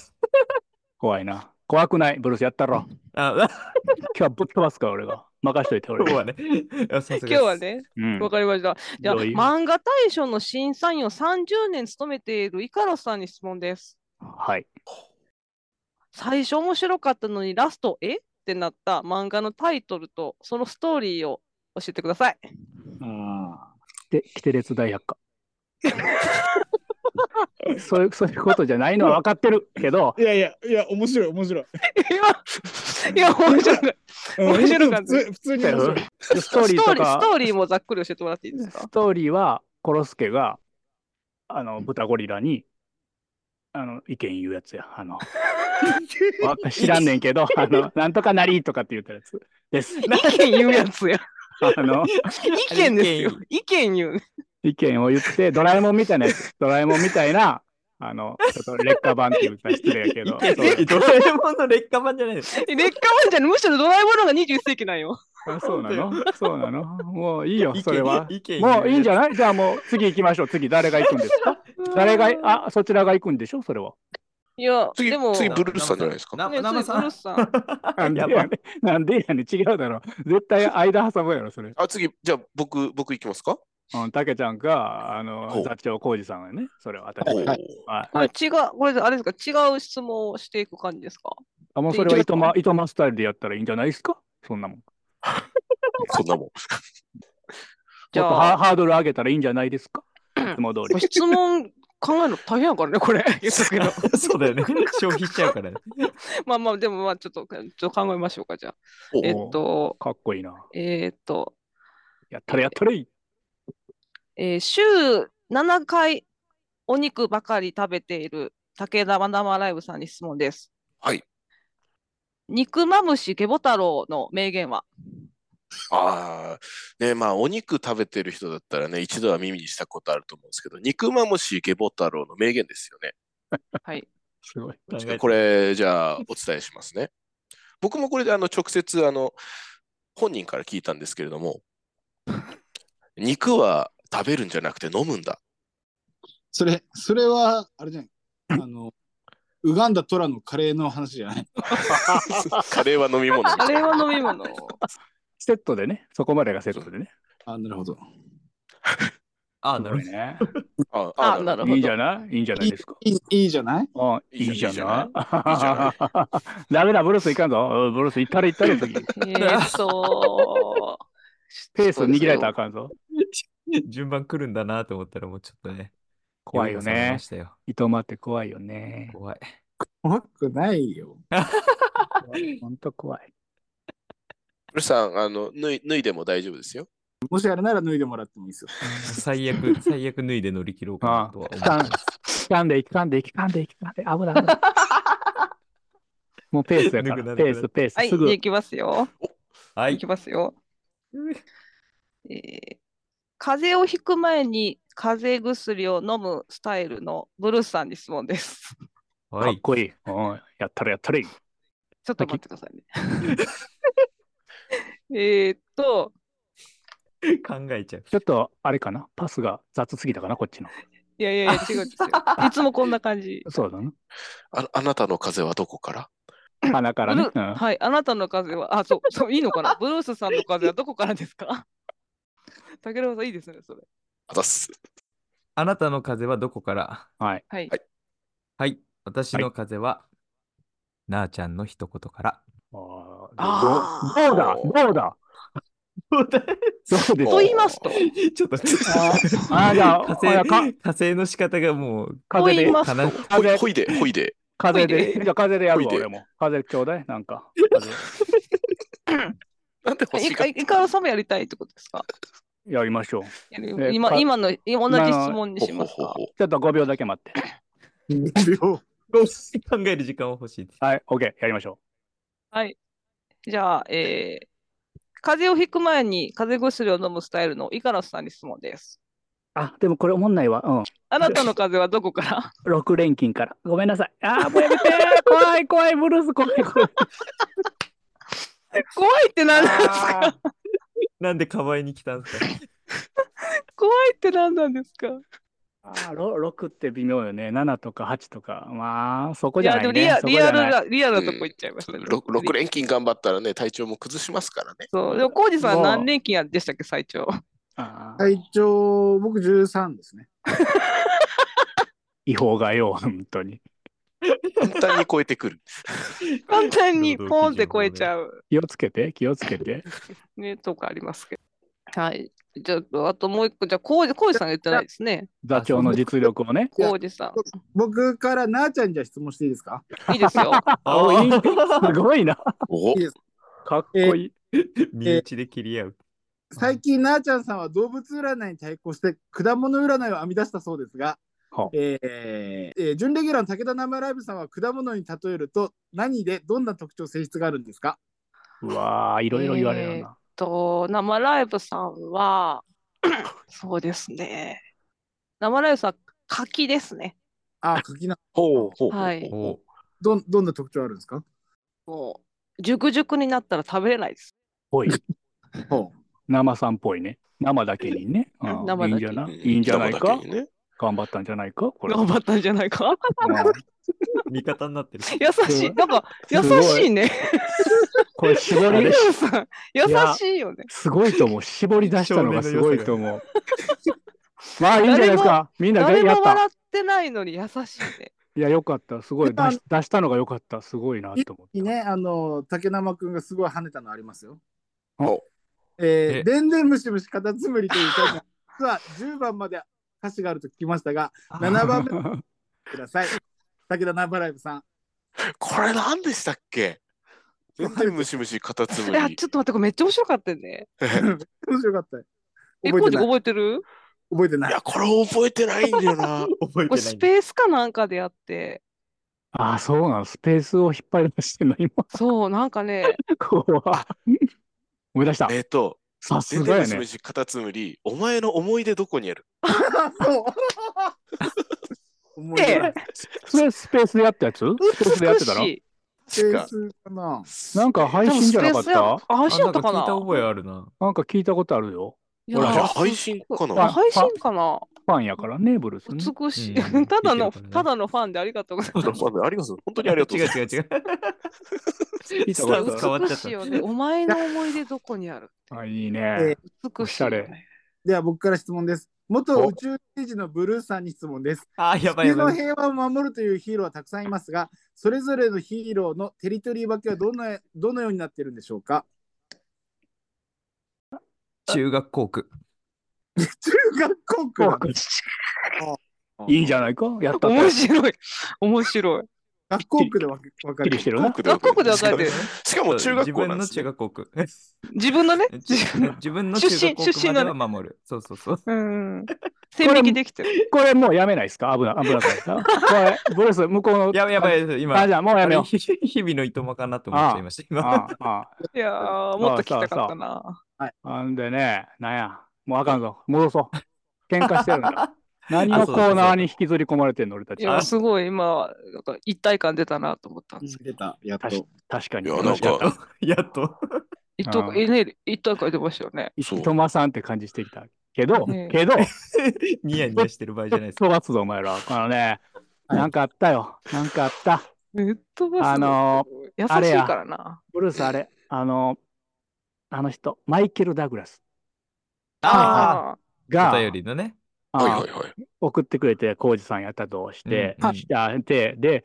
B: 怖いな。怖くない。ブルースやったろ。
C: あ、
B: 今日はぶっ飛ばすから、俺が。任しといて、
C: 今
B: 俺
C: 日
B: が。
C: はね。いやさすが
D: 今
C: で
D: 日
C: す
D: は。ね、
B: うん
D: わ。かりました。じゃあ、
B: どういう
D: 漫画大賞の審査員を30年務めているイカロスさんに質問です。
B: はい。
D: 最初面白かったのにラスト、えってなった漫画のタイトルとそのストーリーを教えてください。
E: あ
B: で、キテレツ大百科。 そういう、そういうことじゃないのは分かってるけど、
E: ーいやいや、いや、面白い、面白い。
D: いや、いや面白い。
E: うん
D: 面白かった
E: 普通普通に面白い。
B: ストーリー
D: ストー
B: と
D: リー、
B: か
D: ス、トーリーもざっくり教えてもらっていいですか
B: ストーリーは、コロスケが、あの、豚ゴリラに、あの、意見言うやつや。あ の、わ知らんねんけど、あの、なんとかなりとかって言ったやつです。
D: 意見言うやつや。
B: あの、
D: 意見ですよ。意見言う。
B: 意見を言って、ドラえもんみたいなやつ、ドラえもんみたいな、あの、ちょっと劣化版って言ったら失礼やけど、
C: いや
B: そう
C: ドラえもんの劣化版じゃないです。
D: 劣化版じゃない。むしろドラえもんの方が21世紀なんよ。
B: あそうなのそうなのもういいよ
C: 意、見
B: それは。
C: 意見
B: もういいんじゃ
C: い
B: ないじゃあもう次行きましょう。次誰が行くんです か誰が、あ、そちらが行くんでしょそれは。
D: いや、
A: 次
D: でも、
A: 次ブルースさんじゃないですか
C: な
D: ね
C: な生
D: 次ブルースさん。
B: なんで
C: や
B: や
C: ば
B: ねんなんでやねん違うだろ。絶対間挟むやろ、それ。
A: あ、次、じゃあ僕、僕行きますか
B: うん、たけちゃんか、あ
A: ほ
B: の、
A: う
B: 座長浩二さんがね、それは私。
A: おう
B: はい。
D: これ違う、これあれですか、違う質問をしていく感じですか
B: あ、もうそれは糸間、糸間スタイルでやったらいいんじゃないですかそんなもん。もっ
A: そんなもん。
D: じ
B: と
D: ゃ
B: ハ
D: あ、
B: ハードル上げたらいいんじゃないです かいつも通り。
D: 質問考えるの大変やからね、これ。言っとくけど
C: そうだよね。消費しちゃうからね。
D: まあまあ、でもまあちょっと、ちょっと考えましょうか、じゃあ。
A: おう
D: えっと、
B: かっこいいな。
D: えーっと、
B: やったらやったらいい。
D: えー週7回お肉ばかり食べている武田まなまライブさんに質問です。
A: はい。
D: 肉まむしゲボ太郎の名言は
A: ああ、ね、まあ、お肉食べてる人だったらね、一度は耳にしたことあると思うんですけど、肉まむしゲボ太郎の名言ですよね。
D: はい。
B: すごい。
C: 考えて
A: これ、じゃあ、お伝えしますね。僕もこれで、あの、直接、あの、本人から聞いたんですけれど も、肉は食べるんじゃなくて飲むん だ。
E: それ、それは、あれじゃない。あの、ウガンダトラのカレーの話じゃない。
A: カレーは飲み物。
D: あれは飲み物。
B: セットでね、そこまでがセットでね。
E: あ、なるほど。
C: ああ、
B: す
C: な
B: ご
C: る
B: いね。
A: あ
D: あ
A: あ、
D: なるほど
B: いいじゃないいいんじゃないですか。
E: いいいいじゃない
B: あ
A: いい
B: い
A: じゃんい
B: いじゃ
A: いじゃな
B: ないい
A: いいじゃ
B: ダメだ、ブルースいか んぞ。うんブルース行ったれ行ったれ次。
D: えーっと、
B: ペース握られたら
D: そう
B: あかんぞ。
C: 順番来るんだなと思ったらもうちょっとね。
B: 怖いよね
C: 酔されましたよ
B: 糸間って怖いよね。
C: 怖い。
E: 怖くないよ。
B: ほんと怖い。
A: ブルさん、あの、脱い脱いでも大丈夫ですよ。
E: もしあれなら脱いでもらってもいいですよ。
C: 最悪、最悪脱いで乗り切ろうかなとは思ってます。
B: 掴んで、掴んで、掴んで、掴んで、危ない危ない。もうペースやか
C: 脱ぐ
B: ら、
C: な脱
B: ペ
C: ぐな
B: ース、ペース、
D: はい、
B: すぐ。
D: いきますよ。
C: はい
D: いき。ますよ。えー風邪をひく前に風邪薬を飲むスタイルのブルースさんに質問です。
B: か
C: は
B: っ
C: い。
B: こいい。うんやったれやったれ。
D: ちょっと待ってくださいね。 えーっと、
C: 考えちゃう。
B: ちょっと、あれかなパスが雑すぎたかなこっちの。
D: いやいやいや、違うんですよ。いつもこんな感じ。
B: そうだな。
A: ああなたの風邪はどこから
B: 鼻からね
D: ブル。
B: うん
D: はい、あなたの風は、あ、そう、そう、いいのかなブルースさんの風はどこからですか 竹山さん、いいですね、それ。
A: あざっす。
C: あなたの風はどこから
B: はい。
D: はい
A: は。
C: はい。私の風は、なあちゃんの一言 から。
B: あ
D: あ
B: ーどうどうだどうだどうです
D: と言いますと、
C: ちょっと、
B: ああじゃあ
C: 火
B: あじゃあか
C: 星、火星の仕方がもう、
D: と
B: 風
D: 言い
B: で、
D: ますと
C: か、
A: ほ
B: 風
A: いほいで、ほいで。
B: 風
D: ほい
B: で、
D: で
B: じゃあ風でやるわ、
A: ほいで
B: 俺も。風ちょうだい、なんか。
A: なんで欲し
D: い
A: いか
D: か、。いかさもやりたいってことですか
B: やりましょう。
D: やる
B: え
D: 今、
B: か
D: 今の、今同じ
B: 今の
D: 質問にしますか
B: ちょっと5秒だけ待って。
E: 秒。
C: 考える時間は欲しいです。
B: はい、OK、やりましょ
D: じゃあ、えー、風邪をひく前に風邪薬を飲むスタイルのイカラスさんに質問です。
B: う。あ、でもこれおもんないわ。うん。
D: あなたの風邪はどこ から
B: 6連勤から。ごめんなさい。あー、もうやめてー怖い怖い、ブルース怖い怖い。
D: 怖いってなんなんです
B: あ
D: か
C: なんでカバエに来たんですか
D: 怖いってなんなんですか
B: ーろ6って微妙よね。7とか8とか。まあ、そこ
D: い
B: じゃ
D: や、
B: な
D: で
B: いね。
D: もリア
B: そこ
D: リ
B: じ
D: ア
B: ゃ
D: ル
B: ない
D: な、リアルなとこ行っちゃいましたね。
A: ろ6連勤頑張ったらね、体調も崩しますからね。
D: そう。でも、コージさん
B: もう
D: 何年期やでしたっけ、最長。
B: あー
E: 体長、僕13ですね。
B: 違法がよ、本当に。
A: 簡単に超えてく る。
D: 簡単にポンって超えちゃう、
B: 気をつけて、気をつけて。
D: ね、とかありますけど。はい。じゃあ、あともう一個、じゃあ、コージ、コージさんが言ってないですね。
B: 座長の実力をね。
E: いや
D: コージさ
E: 僕からなあちゃんにじゃあ質問していいですか
D: ん。いいですよ。
B: あーいいすごいな。
A: お
E: いい
B: かっこいい。
C: 身内で切り合う。
E: 最近なあちゃんさんは動物占いに対抗して果物占いを編み出したそうですが
B: は、
E: えーえー準レギュラーの武田生ライブさんは果物に例えると何でどんな特徴性質があるんですか
B: うわー、いろいろ言われるな。
D: と、生ライブさん は、そうですね。生ライブさん、柿ですね。
E: あ柿な
A: ほうほう
D: はい
A: ほう
E: どんどんな特徴あるんですか
D: もう、熟熟になったら食べれないです。
B: ぽい。
E: ほう
B: 生さんっぽいね。生だけにね。うん
D: 生だけ
B: いいんじゃないいいんじゃない
A: 生
B: か
A: だけにね
B: 頑張ったんじゃないかこれ。
D: 頑張ったんじゃな いか。
B: うん
C: 味方になってる。
D: 優しい。なんか、優しいね。
B: これ絞
D: ブル
B: り、
D: ーさん、優
B: や
D: しいよね。
B: すごいと思う。絞り出したのがすごいと思う。まあいいんじゃないですか。みんなや
D: 誰も
B: った。
D: 笑ってないのに優しいね。
B: いや、よかった。すごい。
E: でも
B: 出し出したのがよかった。すごいなと思った。
E: ね、あの、竹生くんがすごい跳ねたのありますよ。
A: お
E: え
C: え
E: ー、でんでんむしむしカタツムリという歌が、実は10番まで歌詞があると聞きましたが、7番目ください。武田ナンバーライブさん。
A: これ何でしたっけ全然ムシムシカタツ
D: い
A: ム
D: や、
A: リ。
D: ちょっと待って、これめっちゃ面白かったよね。
E: 面白かったよ。
D: え、
E: 覚
D: コー
E: えて
D: ジ
E: ない。
D: 覚えてる
E: 覚えて
A: い
E: ない。
A: や、これ覚えてないんだよな。
C: 覚え
D: これスペースかなんかでやって、
B: ああ、そうなの。スペースを引っ張り出してんの、今。
D: そう、なんかね、
B: こうは。思い出した。
A: えっと、
B: さす
A: 全然
B: が
A: ム
B: や
A: シム
B: ね。
A: シカタツムリ、お前の思い出どこにある
E: あ、そう。思い出ない。
B: それスペースでやったやつ スペースでやっ
D: 美
B: てたの
D: し
E: スペ
A: 確
E: ー
A: か。
E: スかな。
B: いなんか
D: い。
B: 配信じゃなかっ
D: 多分スペースや
B: た
D: あ配信やっ
C: なんか
D: た
C: 聞
D: かない
C: た覚えあるな。
B: なんか聞いたことあるよ。
D: いや
B: ほらじゃあ
A: 配信かな
D: あ配信かな
B: ファンやからね、ブルースね。
D: 美しい。
C: う ん
D: ただの、
C: 聞いてるからね
D: ただのファンでありがとうございます。
A: ありがとう。本当にありがとう
C: 違
A: ご
C: う
A: ざいます。
C: 違う違う。
B: 聞いた
C: スタン
B: こ
C: ス
B: と
C: 変
B: あ
C: わっ
D: 美
C: ちゃった
D: しいよね。お前の思い出どこにある
B: る。あ、いい
E: え
B: ね。
D: 美しいよ
B: おしゃ
D: ね。
E: では僕から質問です。元
A: お
E: 宇宙刑事のブルースさんに質問です。
C: あー、やばい
E: 地
C: や
E: 球の
C: ばい。
E: 平和を守るというヒーローはたくさんいますが、それぞれのヒーローのテリトリー分けはどのよどのようになっているんでしょうか
C: 中学校区。
E: 中学校区 学
B: いいじゃないか。やったって。
D: 面白い。面白い。
E: 学校区で分け分か
B: きりして
E: れ
B: るな。
D: 学校区で
A: しか
D: 与え
A: も
D: てる。
A: しかも中学校なんです、ね。
C: 自分の中学校区。
D: 自分のね。
C: 自分の 自分の
D: 出
C: 中
D: 身
C: 学校
D: 出身
C: 区
D: の
C: まで
D: ね
C: は守る。そうそうそう。
D: うん。線引きできてる。
B: これもうやめないですか危な、危なかった。これ、ブルース、向こうの。
C: やばいやばいです。今
B: あ、、じゃあもうやめよう。
C: ひ日々のいとまかなと思っちゃいました。今。
B: ああ、あ
D: いやー、もっと聞きたかったな。
B: あ。なんでね、なんや。もうあかんぞ。戻そう。喧嘩してるん だ。何のコーナーに引きずり込まれてんの、俺た
D: い
B: ち。
D: や、すごい今、なんか一体感出たなと思ったんですけど。
E: 出た、やっ
B: 確
E: と。
B: 確かに。
A: いやなんか
B: 確に
C: やっと。
D: 一等
B: う
D: か、
B: ん
D: えね一等か出ましたよね。
B: い
A: そう
B: とまさんって感じしてきた。けど、
D: ねえ
B: けど、
C: ニヤニヤしてる場合じゃないですか。
B: 飛ばすぞ、お前ら。このね、
E: はい
B: なんかあったよ。なんかあった。
D: ネットバス
B: あの
D: 優し
B: あれ
D: い
B: や
D: からな。
B: ブルース、あれ、あの、あの人、マイケル・ダグラス
C: あ
D: あ
C: あ。
B: が
C: お便りのね。
B: あ
A: はいはいはい。
B: 送ってくれて、浩二さんやったとして、
C: うんうん
B: してで、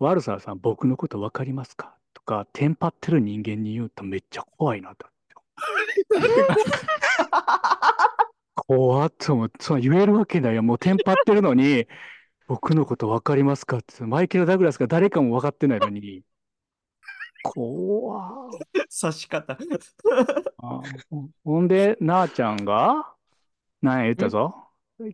B: ワルサーさん、僕のこと分かりますかとか、テンパってる人間に言うとめっちゃ怖いなと。怖っと思って、そんな言えるわけないよ。もうテンパってるのに、僕のこと分かりますかって、マイケル・ダグラスが誰かも分かってないのに、怖っ
C: 刺し方。
B: あほほんで、なあちゃんが、なんや言ったぞ。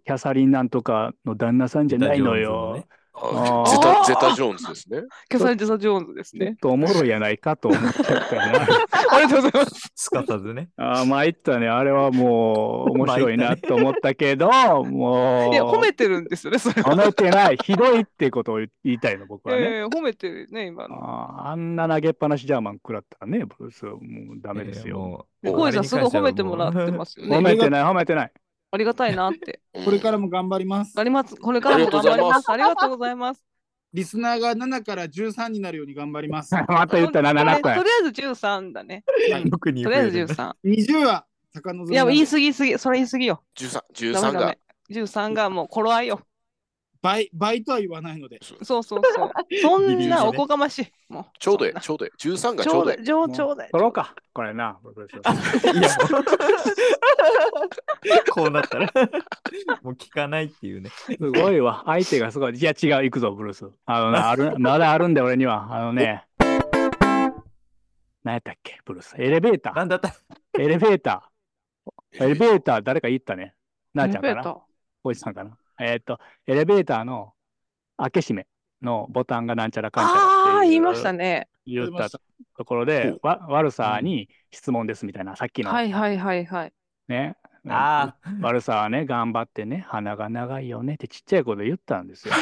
B: キャサリンなんとかの旦那さんじゃないのよ。あ
A: あ
B: ー
A: ゼタ、ゼタ・ジョーンズですね。
D: キャサリン・ジェサ・ジョーンズです
B: ちょっ
D: ね。
B: とおもろいやないかと思っちゃったよ な。
D: ありがとうございます。
C: すかさずね。
B: ああ、参ったね。あれはもう面白いなと思ったけ ど、もう。
D: いや、褒めてるんですよね、それは。
B: 褒めてない。ひどいってことを言いたいの、僕は ね。
D: えー、褒めてるね、今の。
B: あああんな投げっぱなしジャーマン食らったらね、ブルース、もうダメですよ。
C: よ。。
A: えーもう
D: コージさん、すごい褒めてもらってます すよね。
B: 褒めてない、褒めてない。
D: ありがたいなって。
E: これからも頑張ります
D: あ。ります。これからも頑張ります。ありがとうございます。
E: リスナーが7から13になるように頑張りま す。
B: また言ったな、7
D: と
B: 回。
D: りあえず13だね。
C: 特に
D: とりあえず13。
E: 20は高望
D: いや、言い
E: み
D: 過ぎ過ぎ、それ言い過ぎよ。
A: 13、
D: ダ
A: 13
D: メダ
A: が
D: メ。。13がもう頃合いよ。
E: 倍倍とは言わない ので。
D: そうそうそう。そ
C: ギリ
D: ん
C: ギリね
D: なおこがましい。もう。
A: ちょうどえ
D: そんな
A: え、ちょうどええ。13が
D: ち
A: ちょう
D: ょ
A: ど
D: うど
A: え
D: い
A: え。
D: い。ちょうどいい。
B: 取ろうか、これな、ブルース。
C: いや、もう こうなったら、 もう聞かないっていうね。
B: すごいわ。相手がすごい。いや、違う、行くぞ、ブルース。あ のな、ある、まだあるんだよ、俺には。あのね。何やったっけ、ブルース。エレベータ
C: なんだった
B: ー。エレベーター。エレベーター、誰か言ったね。なあちゃんか
D: エレベータ
B: な。
D: ー
B: おじさんかな。えーっと、エレベーターの開け閉めのボタンがなんちゃらかんちゃら
D: あ
B: っ
D: あ
B: てい
D: ー、
B: う
D: 言いましたね。
B: 言っ
E: 言いま
B: た
E: した
B: ところで
A: ほう、
B: わ悪さに質問ですみたいな、さっきの
D: はいはいはいはい。
B: ね。
C: ああ、
B: 悪さはね、頑張ってね、鼻が長いよねってちっちゃい子で言ったんですよ。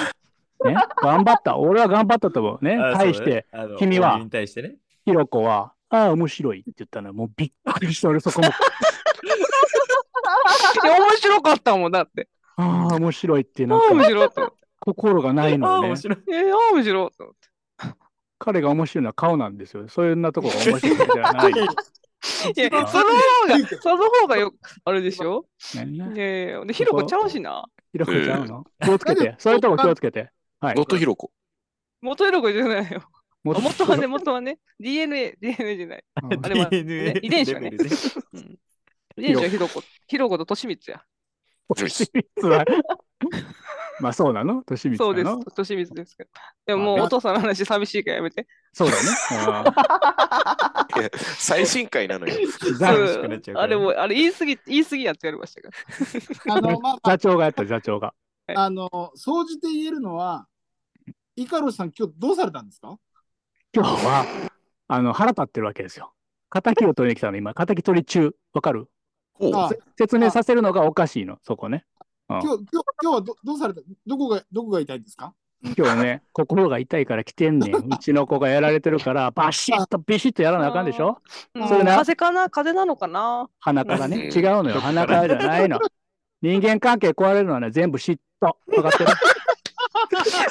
B: ね、頑張った、俺は頑張ったと思う。ね、
C: あ
B: 対して、、
C: そうねあの
B: 君は
C: 俺に対してね。
B: ひろこは、ああ、面白いって言ったの、もうびっくりした、俺そこ も、
D: いや面白かったもんだって。
B: ああ、面白いって、
D: あ
B: な
D: あ、
B: ん
D: 面
B: か
D: 白いと思っ
B: 心がない
C: ああ、
B: のよ
C: 面
B: ね。
C: 白い。
D: て。えー、ああ、面白いと思って。
B: 彼が面白いのは顔なんですよ。そんなとこが面白いんじゃ ない。
D: いや、その方が、その方がよ、あれでしょ
B: ね
D: いやいや、で、ひろこちゃうしな。
B: ひろこちゃうの気をつけて。そういうとこ気をつけて。はい
A: ド。ットヒロコ。
D: 元ひろこじゃないよ。
B: も
D: あ元はね、元はね、DNA、DNA じゃない。
B: うん
D: あれは、
F: DNA
D: ね遺伝子はね
F: レベルね。
D: うん遺伝子はひろこ、ひろこととしみつや。
B: 年光 は。まあそうなの年
D: そう
B: 光
D: で
B: なの
D: す、としみつですけど。でももう
B: まあね
D: お父さんの話寂しいからやめて。
B: そうだね。
A: 最新回なのよ。
F: ザ寂しくなっちゃうから
D: あれも、あれ言い過ぎ、言い過ぎやってやりましたから。
E: あの、まあま
B: 座長がやった、座長が。
E: あ、あの、総じて言えるのは、イカロシさん、今日どうされたんですか
B: 今日は、あの、腹立ってるわけですよ。敵を取りに来たの、今。敵取り中。わかる
A: ほう
E: あ
B: 説明させるのがおかしいの、そこね。
E: 今日、今日、今日はどどうされたどこが、どこが痛いんですか
B: 今日 ね、心が痛いから来てんねん。うちの子がやられてるから、バシッとビシッとやらなあかんでしょ
D: うん
B: それな
D: 風邪かな風邪なのかな
B: 鼻からね。
A: う
B: 違
A: ん
B: うのよ。鼻からじゃないの。人間関係壊れるのはね、全部嫉妬。分かって る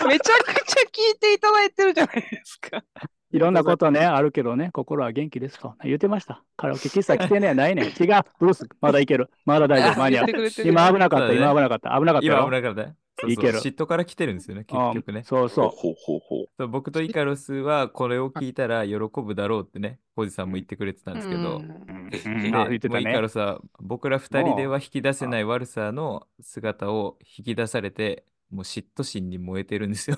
D: めちゃくちゃ聞いていただいてるじゃないですか。
B: いろんなことね、あるけどね、心は元気ですか言ってました。カラオケ喫茶来てねえ、ないねん。違う。ブルース、まだいける。まだ大丈夫。間に
D: 言
B: 合
D: っ
B: う
D: て。くれてる。
B: 今危なかった、
F: そうだね
B: 今危なかった。危なかったよ。
F: 今危なかったね。そうそう
B: いける
F: 嫉妬から来てるんですよね、結局
B: うん
F: ね。
B: そうそう。
A: ほうほうほう。
F: そう僕とイカロスはこれを聞いたら喜ぶだろうってね、コジさんも言ってくれてたんですけど
D: う、ん
A: うん
B: あ言ってた
F: もう
B: ね
F: イカロスは僕ら二人では引き出せない悪さの姿を引き出されて、もう嫉妬心に燃えてるんですよ。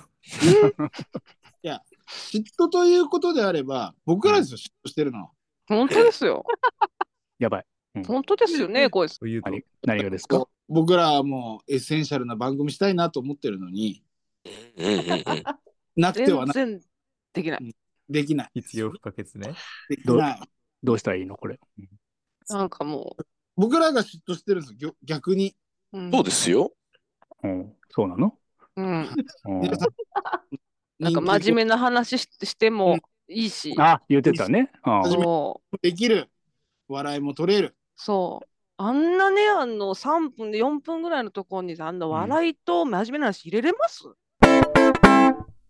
E: 嫉妬ということであれば、僕らですよ、嫉妬してるのは。
D: 本当ですよ。
B: やばい。
D: 本当ですよね、こいつ。
F: というと
B: 何何がですか
E: 僕らはもうエッセンシャルな番組したいなと思ってるのに、
A: うんうんうん
E: なくて
D: 全
E: はな
D: 然できない。
E: できない。
F: 必要不可欠ね。
E: できない。
B: どうしたらいいのこれ。うん
D: なんかも
E: 僕らが嫉妬してるんですよぎょ、逆に。
D: う。うん
A: そうですよ。
B: うん、そうなの、
D: うん
B: うん
E: 皆さ
D: なんか真面目な話ししてもいいし、
B: あ、言ってたね。うん
E: 真面目
D: そう、
E: できる。笑いも取れる。
D: そう。あんなね、あの、3分で4分ぐらいのところに、あんな笑いと真面目な話入れれます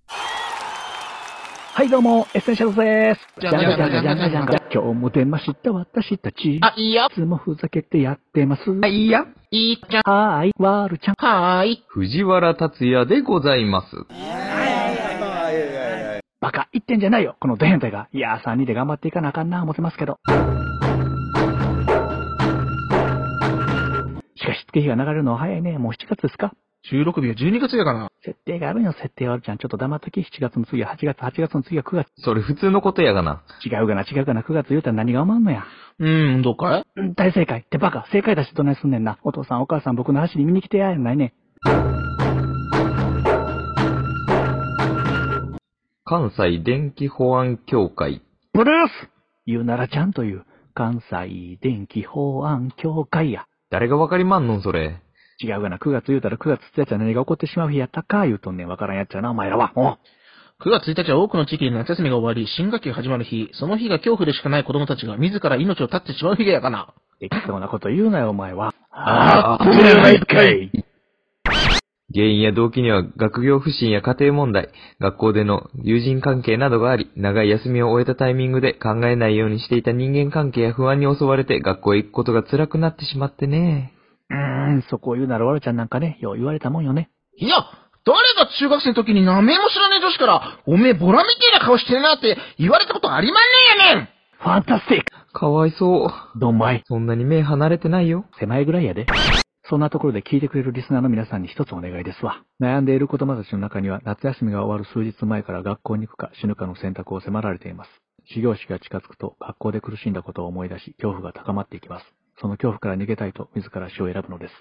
B: はい、どうも、エッセンシャルズです。
G: じゃんじゃんじゃんじゃんじゃんじゃんじゃん
B: 今日も出ました、私たち。
G: あ、いいよ。
B: いつもふざけてやってます。はい、
G: いいよ。いいじゃん。
B: はい、ワールちゃん。
G: はーい。
F: 藤原達也でございます。
B: バカ言ってんじゃないよ、このド変態が。いやー、3人で頑張っていかなあかんな、思ってますけど。しかし、月日が流れるのは早いね。もう7月ですか
G: 収録日は12月やから。
B: 設定があるんよ、設定はあるちゃん。ちょっと黙っとき。7月の次は8月、8月の次は9月。
F: それ普通のことやがな。
B: 違うがな、違うがな、9月言うたら何が思わんのや。
G: うーん、どうかい
B: うん大正解ってバカ、正解だしどないすんねんな。お父さんお母さん僕の話に見に来てや、やないね。
F: 関西電気保安協会。
B: ブルース言うならちゃんという、関西電気法案協会や。
F: 誰がわかりまんのんそれ。
B: 違うがな、9月言うたら9月1日は何が起こってしまう日やったか、言うとんねん。わからんやっちゃうな、お前らは。おう
G: ?9 月1日は多くの地域で夏休みが終わり、新学期が始まる日、その日が恐怖でしかない子供たちが自ら命を絶ってしまう日やかな。
B: 適当なこと言うなよ、お前は。
G: あ
B: あ、そうじゃないかい。
F: 原因や動機には学業不振や家庭問題、学校での友人関係などがあり、長い休みを終えたタイミングで考えないようにしていた人間関係や不安に襲われて学校へ行くことが辛くなってしまってね。
B: うーん、そこを言うならわるちゃんなんかね、よう言われたもんよね。
G: いや、誰が中学生の時に名前も知らねえ女子から、おめえボラみてえな顔してるなって言われたことありまんねえやねん
B: ファンタスティック
F: かわいそう。
B: どんまい。
F: そんなに目離れてないよ。
B: 手前ぐらいやで。そんなところで聞いてくれるリスナーの皆さんに一つお願いですわ。悩んでいる子供たちの中には夏休みが終わる数日前から学校に行くか死ぬかの選択を迫られています。始業式が近づくと学校で苦しんだことを思い出し恐怖が高まっていきます。その恐怖から逃げたいと自ら死を選ぶのです。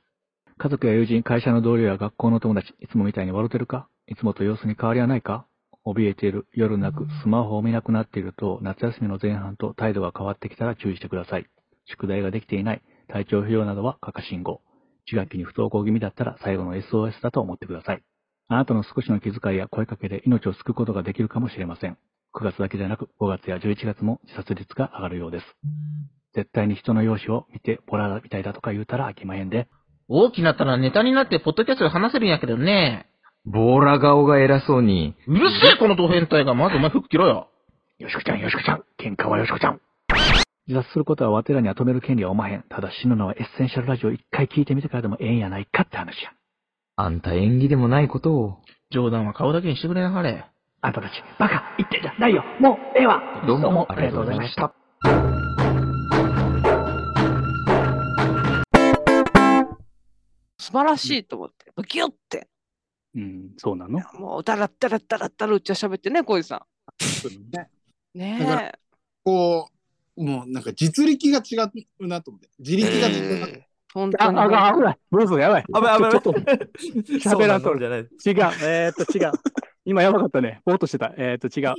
B: 家族や友人、会社の同僚や学校の友達、いつもみたいに笑うてるかいつもと様子に変わりはないか怯えている、夜なく、スマホを見なくなっていると、夏休みの前半と態度が変わってきたら注意してください。宿題ができていない、体調不良などは過過信号。受学期に不登校気味だったら最後の SOS だと思ってください。あなたの少しの気遣いや声かけで命を救うことができるかもしれません。9月だけでなく5月や11月も自殺率が上がるようです。絶対に人の容姿を見てボラみたいだとか言うたらあきまへんで。
G: 大きなったらネタになってポッドキャストで話せるんやけどね。
C: ボーラ顔が偉そうに、
G: うるせえ、このド変態が。まずお前服着ろよ。
B: よしこちゃん、よしこちゃん。喧嘩はよしこちゃん。自殺することはわてらには止める権利はおまへん。ただ死ぬのはエッセンシャルラジオ一回聞いてみてからでもええんやないかって話や。
C: あんた縁起でもないことを。
G: 冗談は顔だけにしてくれなはれ。
B: あんたたち、バカ言ってんじゃないよもうええわ
C: どうもありがとうございました。
D: 素晴らしいと思って、ギュッて。
B: うん、そうなの
D: もう、だらったらったらったらうちは喋ってね、小路さ
E: ね
D: ん。
E: だか
D: ねえ。
E: こう、もうなんか実力が違うなと思って。自力が違うなと思って。
D: 本
B: あ、
D: 当に。
B: あ、危ない。ブルースやばい。
F: あ
B: ち
F: ぶ
B: ょ
F: あ
B: ちょっと、
F: ぶ
B: ちょっと喋らんとる
F: じゃない。
B: 違う。えー、っと、違う。今やばかったね。ぼーっとしてた。えー、っと、違う。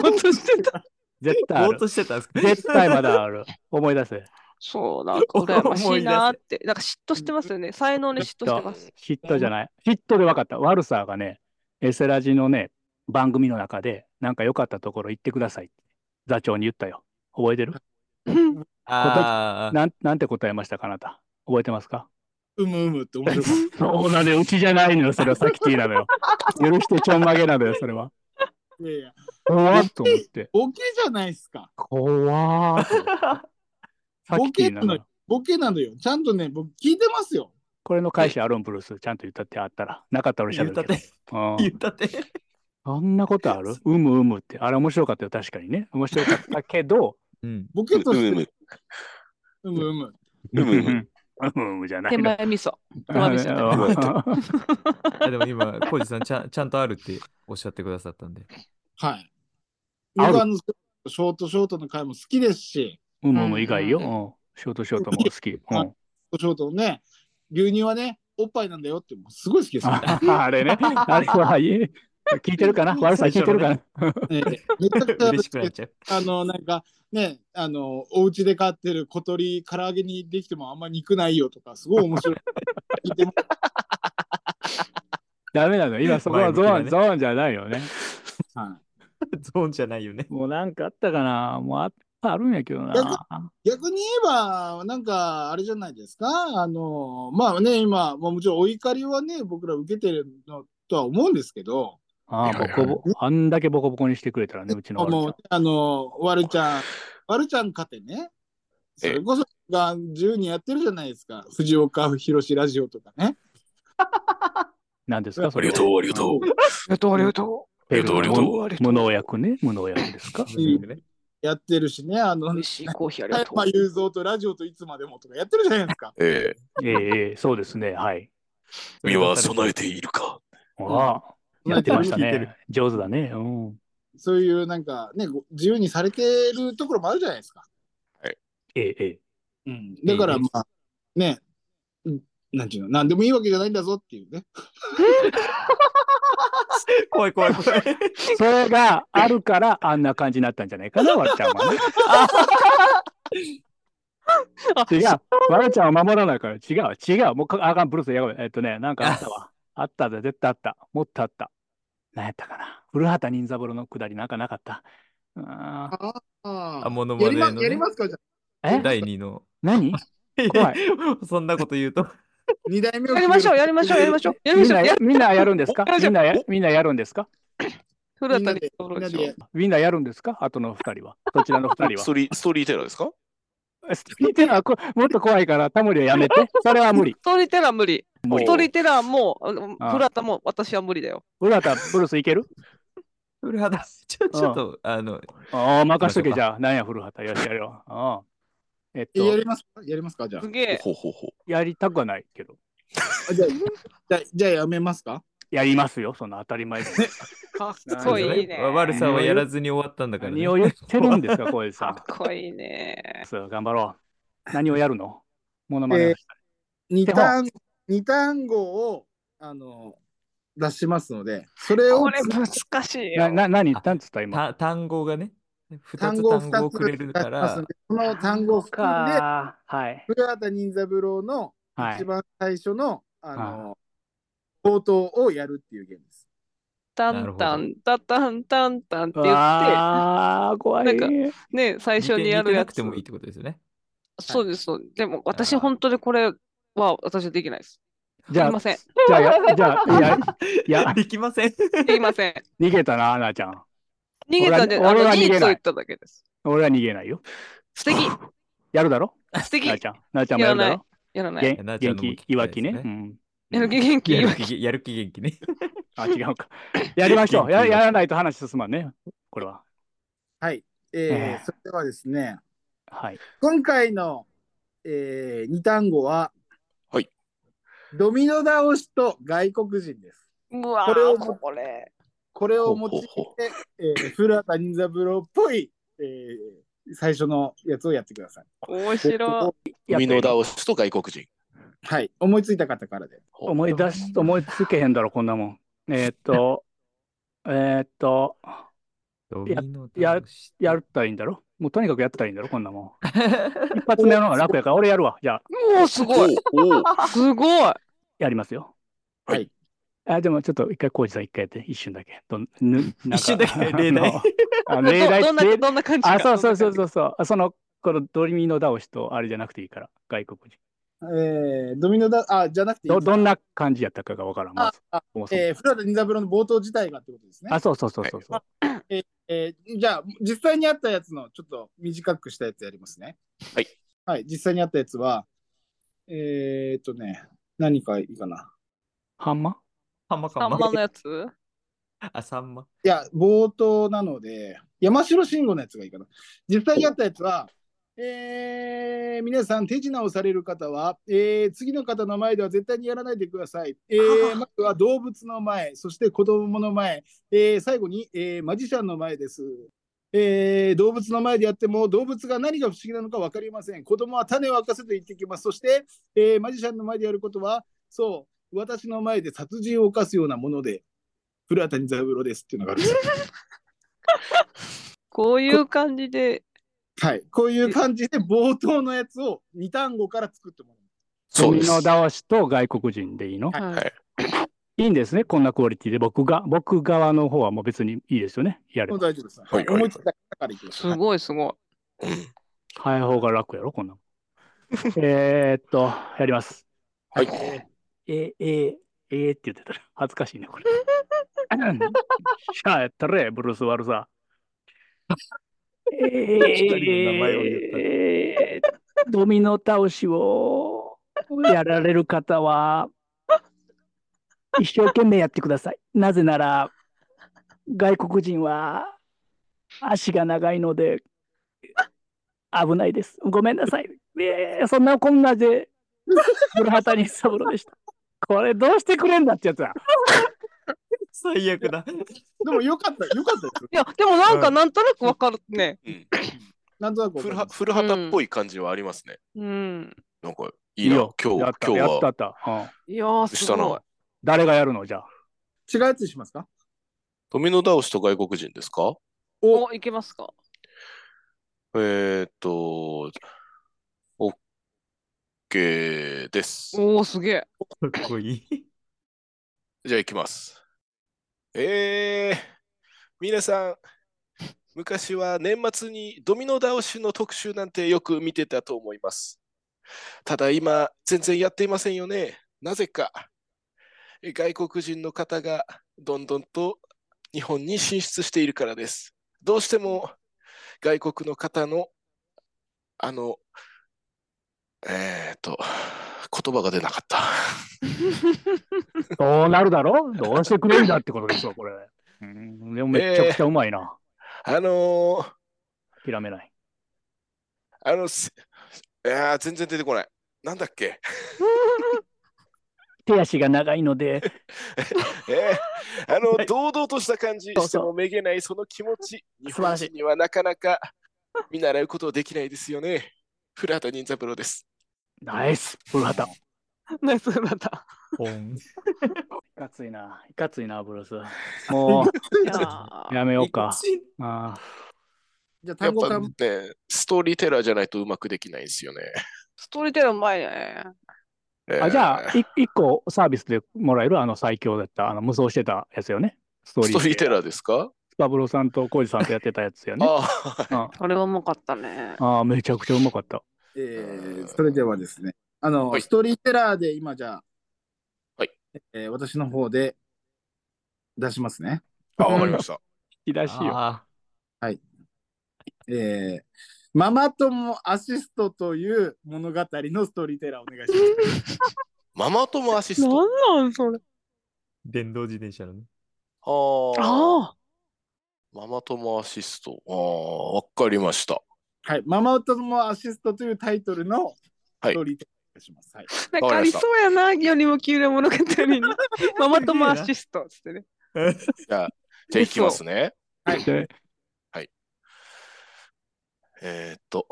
D: ほんとしてた。
B: 絶
F: ぼ
B: 対あ
F: ーっ
B: る。
F: としてたんですか
B: 絶対まだある。思い出せ。
D: そう、なんか羨ましいなーって。なんか嫉妬してますよね。才能に嫉妬してます。
B: 嫉妬じゃない。嫉妬で分かった。ワルサーがね、エセラジのね、番組の中で、なんか良かったところ言ってくださいって座長に言ったよ。覚えてる
F: ああ。
B: なんなんて答えましたかあなた。覚えてます か
E: うむうむって面白かっ
B: そうなのよ。うちじゃないのよ。それはサキティなのよ。許してちょんまげなのよ、それは。
E: た。いやいや、
B: 怖っと思って。
E: ボケじゃないですか。
B: 怖っと思って。サキティなの
E: ボケなのよ
B: よ。
E: ボケなのよ。ちゃんとね、僕聞いてますよ。
B: これの返しアロンブルース、ちゃんと言ったってあったら。なかったら俺
F: 言
B: 喋
F: った
B: るけ
F: っ
B: ど。
F: て、
B: うん
F: 言ったって。
B: あんなことあ るうむうむって。あれ面白かったよ、確かにね。面白かったけど、
F: うん。
E: ボ
A: う
E: ケとし
A: むう
E: て、
A: む。
E: うむうむ。
A: うむうむ。
B: うむうむじゃない
D: 手
B: の。
D: 前味噌。手前味噌。
F: あでも今、コウジさんちゃん、ちゃんとあるっておっしゃってくださったんで。
B: あ
E: はい。
B: る
E: 僕はあの、ショートショートの回も好きですし、
B: うむうむ以外よ。うんショートショートも好 き。うん
E: ショートのね、牛乳はね、おっぱいなんだよって、もうすごい好きですよ、ね。
B: ああれね。あれは、いえ聞いてる かな悪さ聞いてるかな
E: ええめちゃくちゃ
F: 嬉しくなっちゃう。
E: あの、なんか、ね、あの、お家で飼ってる小鳥、唐揚げにできてもあんま肉ないよとか、すごい面白い。聞いてます
B: ダメなの。今そこはゾー
F: 前向
B: ン、
F: き
B: ゾーンじゃないよね。
E: は
F: ゾーンじゃないよね。
B: もうなんかあったかなもうああるんやけどな。
E: い、逆に言えば、なんか、あれじゃないですか、あの、まあね、今、まあ、もちろんお怒りはね、僕ら受けてるのとは思うんですけど、
B: ああ、ボコボあんだけボコボコにしてくれたらね、うちの
E: あ
B: ワルちゃん
E: もう、あの、ワルちゃん、ワルちゃん勝てね、そ
A: ええ
E: れこそが自由にやってるじゃないですか、藤岡弘ラジオとかね。
B: 何ですかそ
A: あ
B: れ
A: り
B: は
A: がとう、ありがとう。
D: ありがとう、ありがと
A: ありがとう、ありがとう。ありがとう
B: 無農薬ね。無農薬です か
E: やってるしね、あの
D: う。美、味しいコーヒーあり
E: 加
D: がとう
E: 山。雄三とラジオといつまでもとかやってるじゃないですか。
A: ええ、
B: ええええ、そうですね。はい。
A: 身は備えているか。
B: ああ、やってました
F: 聞いてる
B: ね。上手だね。うん。
E: そういうなんかね、ご自由にされてるところもあるじゃないですか。
B: ええええ。
E: うん、だからまあ、ね、うんなんていうの、なんでもいいわけじゃないんだぞっていうね。
F: 怖い怖い怖い。
B: それがあるから、あんな感じになったんじゃないかな、わるちゃん はね。違う。わるちゃんを守らないから、違う、違う。もうかあかん、ブルース、やばい。えっとね、なんかあったわ。あったで、絶対あった。もっとあった。なんやったかな。古畑任三郎のくだりなんかなかった。うーん
E: あ
F: あ、モノ
E: や
F: マ
E: り
F: ネ
E: ま
F: の、
E: やり
F: ね
E: ま、すかじゃあ
B: え
F: 第2の。
B: 何怖い。
F: そんなこと言うと。
E: 二代目を
D: やりましょう、やりましょう、やりましょう。やりま
B: みん
D: しょ
B: な
D: う。や
B: や
D: る
B: みんなやるんですか
D: おやりまし
B: み
D: ょうん
B: なやみんなやるんですか
E: み
D: 古
E: んな
D: 田
E: で
D: に
E: みん
D: 登
E: な
D: 録し
E: で
D: よう。
B: みんなやるんですかあとの二人は。どちらの二人は
A: ス。トーリー、ストーリーテラーですか
B: ストーリーテラーこもっと怖いから、タモリはやめて。それは無理
D: ス。トーリーテラー無理。
B: 無理
D: ストーリーテラーも、あの
B: ああ
D: 古田も私は無理だよ。
B: 浦田、ブルースいける
F: 古畑、ちょ、ちょっと、あの、
B: ああ、任しとけじゃあ。なんや、古畑。よし、やるよ。ああえっ
E: えや
B: と、
E: りますかやりますかじゃ
D: す げえ。
A: ほうほうほう。
B: やりたくはないけど。
E: あ。あじゃあ、じゃあじゃあやめますか
B: やりますよ、その当たり前 です。
D: かっ
B: なるほ
D: こ
B: どね
D: いいね。
F: 悪さはやらずに終わったんだから、ね。
B: 何を言ってるんです か、小江
D: か
B: さ
D: っこいいね。
B: ん。そう頑張ろう。何をやるのモノマネをした
E: 二単二単語をあの出しますので、それを
D: これ難しい
B: い。な、
D: よ。
B: な、何言ったんつった今。
F: た単語がね、二つ
E: 単
F: 単
E: 語
F: 語
E: を二つ
F: をくれるか
E: 出します
F: ら
E: の、でその単語を含んで、
B: か。はい。
E: 古畑任三郎の
B: は
E: 一
B: い。
E: 番最初の、あの、冒頭をやるっていうゲームです。
D: タ
F: なるほ
D: ン
F: ど
D: タンタタンタンタンって言っ
B: ああ、怖い。
D: なんかて、ね、最初にやるや
F: 似て。な
D: つ
F: くてもいいってことですよね。
D: そうです、そうです。でも私、
F: ああ
D: 本当にこれは私はできないです。
B: じ
D: す
B: ゃ
D: い
B: あ
D: ま、せん。す
B: じゃあ や、じゃあ、いや、いや、
F: できません。
D: いません。
B: 逃げたな、アナちゃん。
D: 逃げたん で、
B: 俺は
D: あ
B: 俺
D: の、
B: は
D: 事
B: 逃げない
D: 実を言っただけです。
B: 俺は逃げないよ。
D: 素敵
B: やるだろ
D: 素敵
B: アナちゃん。アナちゃんもやるだろ
D: やらない。
B: げ
F: いやなんちゃ
B: 元
F: んのも
B: 気
F: 聞き、たい
B: いわきね。
F: です
B: う
F: ね
B: ん。
D: やる気元気
F: や
D: 今
F: る気、やる気元気ね。
B: あ、違うか。やりましょう。や
F: 元気
B: やらないと話進まんね。これは。
E: はい。
B: ええ
E: えー、それではですね、
B: はい。
E: 今回の、えー、2単語は、
A: はい。
E: ドミノ倒しと外国人です。
D: うわ
E: これを
D: ー、これ。
E: これを用いて
A: ほうほう、
E: えー、古畑任三郎っぽい、えー、最初のやつをやってください。
D: 面白い。
B: やっ
A: 海
B: ぱ
A: の倒
B: り
A: しと外国人。
E: はい。思いついた方からで。
A: ほう
B: 思い出す、思いつけへんだろ、こんなもん。えーっ と、えーっと、
F: ドミノ
B: や
F: 倒し
B: やったらいいんだろもうとにかくやったらいいんだろこんなも ん。一発目の方が楽やから、俺やるわ。じゃあ、
D: もうすごい。
A: おうおう
D: すごい。
B: やりますよ。
E: はい。
B: あでもちょっと一回、浩二さん一回やって、一瞬だけ。どんぬなんか
F: 一瞬だけ 例題。
B: あのあ
D: ど
B: 例題
D: どんな
B: 例
D: どんな感じか
B: あ、そうそうそう
D: どん
B: そう
D: な感じか
B: そう。あその、このドリミの倒しとあれじゃなくていいから、外国人。
E: えー、ドミノだ、あ、じゃなくていい
B: どどん
E: な、
B: な感じやったかがわからん。まずそもそも
E: えー、古畑任三郎の冒頭自体がってことですね
B: あ、。そうそうそうそうそう。
E: えーじゃあ、実際にあったやつの、ちょっと短くしたやつやりますね。
A: はい。
E: はい、実際にあったやつは、えー、っとね、何かいいかな。
B: ハンマ
F: ハンマ
D: サ
F: か
D: ン
F: ん
D: マ
F: ま
D: の。やつ
F: あ、サンマ。
E: いや、冒頭なので、山城慎吾のやつがいいかな。実際にあったやつは、えー、皆さん手品をされる方は、えー、次の方の前では絶対にやらないでください。えー、まずは動物の前、そして子供の前、えー、最後に、えー、マジシャンの前です。えー、動物の前でやっても動物が何が不思議なのか分かりません。子供は種を明かせと言ってきます。そして、えー、マジシャンの前でやることは、そう、私の前で殺人を犯すようなもので、古畑任三郎ですっていうのがあるんですよ。
D: こういう感じで。
E: はい、こういう感じで冒頭のやつを2単語から作ってもらう。
B: ド
A: そう
B: ミ
A: です。
B: ノ倒しと外国人でいいの、
E: はい
D: はい
B: いいんですね、こんなクオリティで。僕が、僕側の方はもう別にいいですよね。やれ
E: もう
B: ば。
E: 大丈夫です。
A: はいはい
E: 思いついた方からいきまし
D: す
E: ょう。
D: ごいすごい。
A: うん
B: 早い方が楽やろ、こんなもん。えーっと、やります。
A: はい。
B: えー、えー、えー、って言ってたら恥ずかしいね、これ。シャーやったれ、ブルース・ワルザー。えー、
F: 一人の名前を言った
B: えードミノ倒しをやられる方は、一生懸命やってください。なぜなら、外国人は足が長いので、危ないです。ごめんなさい。えーそんなこんなで、古畑任三郎でした。これどうしてくれんだってやつだ。
F: 最悪だ。
E: でもよかった、よかったですよ。
D: いや、でもなん
F: う
D: か
F: ん
D: なんとなくわかるね。
A: うん
E: なんとなくわか
A: 古
E: り
A: は
E: ます。
A: 古畑っぽい感じはありますね。
D: うん。
A: なんかいいな。今日、
B: や
A: 今
B: った
A: 日
B: やったや
A: は
B: った。うん
D: いやー、す
A: した
D: ごい
A: な。。
B: 誰がやるのじゃあ。
E: 違うやつにしますか
A: 富野倒しと外国人ですか
D: お、いけますか
A: えーっと、OK です。
D: おー、すげえ。
F: かっこいい。
A: じゃあ行きます。えー、皆さん、昔は年末にドミノ倒しの特集なんてよく見てたと思います。ただ今、全然やっていませんよね。なぜか。外国人の方がどんどんと日本に進出しているからです。どうしても外国の方の、あの、えーっと、言葉が出なかった。
B: そうなるだろどうしてくれんだってことですよ、これ。うん、でもめちゃくちゃうまいな。
A: あのー、
B: 諦めない。
A: あの、すいやー全然出てこない。なんだっけ
B: 手足が長いので、
A: えー、あの、
B: はい
A: 堂々とした感じ、
B: そうそう
A: してもめげないその気持ち、日
B: 素晴
A: 本
B: らしい
A: 人にはなかなか見習うことできないですよね。古畑任三郎です。
B: ナイス、ブルハタ。い
D: ナイスだった。
F: ポン。
B: かついな、いかついな、ブルース。も
D: いや
B: う、
D: ー
B: やめようか。あ
E: じ
A: や
E: ゃあ
A: っ
E: 単語
A: ぱ
E: か
A: ね、ストーリーテラーじゃないとうまくできないんですよね。
D: ストーリーテラーうまいね。
A: え
B: ー
A: ー
B: あじゃあ、い一個サービスでもらえるあの最強だった、あの無双してたやつよね。ストー
A: ス
B: リ
A: ト
B: ー
A: ーリーテラーですか、
B: スパブロさんとコウジさんとやってたやつよね。
A: あ
B: あ
D: それはうまかった ね。
B: あー、めちゃくちゃうまかった。
E: えー、それではですね、あの、
A: はい
E: ストーリーテラーで今じゃあ、えー私の方で出しますね。
A: あ、わかりました。
B: 引き出しよ。
F: あ
E: えーママ友アシストという物語のストーリーテラーお願いし ます。
A: ママ友アシス
D: なん
A: ト。
D: なんそれ。
F: ー電動自転車のね。
A: ああ。
D: ああ。
A: ママ友アシスト。ああ、わかりました。
E: はい、ママ友アシストというタイトルの
A: はい
E: ストーリーテラーお願いします。はい。
D: なんかありそうやな、よりも急な物語 に。ママ友アシストっつってね。
A: じゃあ、いきますね。
E: はい
B: で
A: えーっと、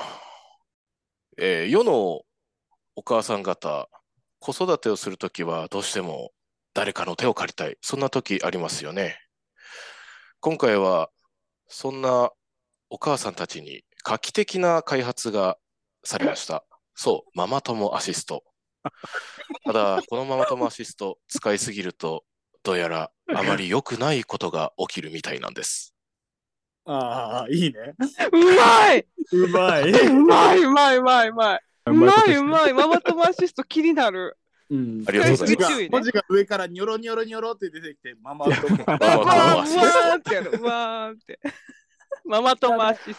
A: えー世のお母さん方、子育てをするときはどうしても誰かの手を借りたい。そんなときありますよね。今回は、そんなお母さんたちに画期的な開発がされました。そう、ママ友アシスト。ただ、このママ友アシスト、使いすぎると、どうやらあまり良くないことが起きるみたいなんです。
E: ああ、いいね。
D: うまいう
F: まい。
D: うまいうまいうまいうまい。うまいう
B: い。
D: まい。ママ友アシスト気になる。
E: うん
A: ありがとうございます
D: 不 注意ね
E: 文字が上からニョロニョロニョロって出てきて、ママ友。
A: ママ
D: う
A: 友
D: わ
A: ア
D: ー
A: シス
D: う
A: ト。
D: わーってやる。うわーって。ママ友アシス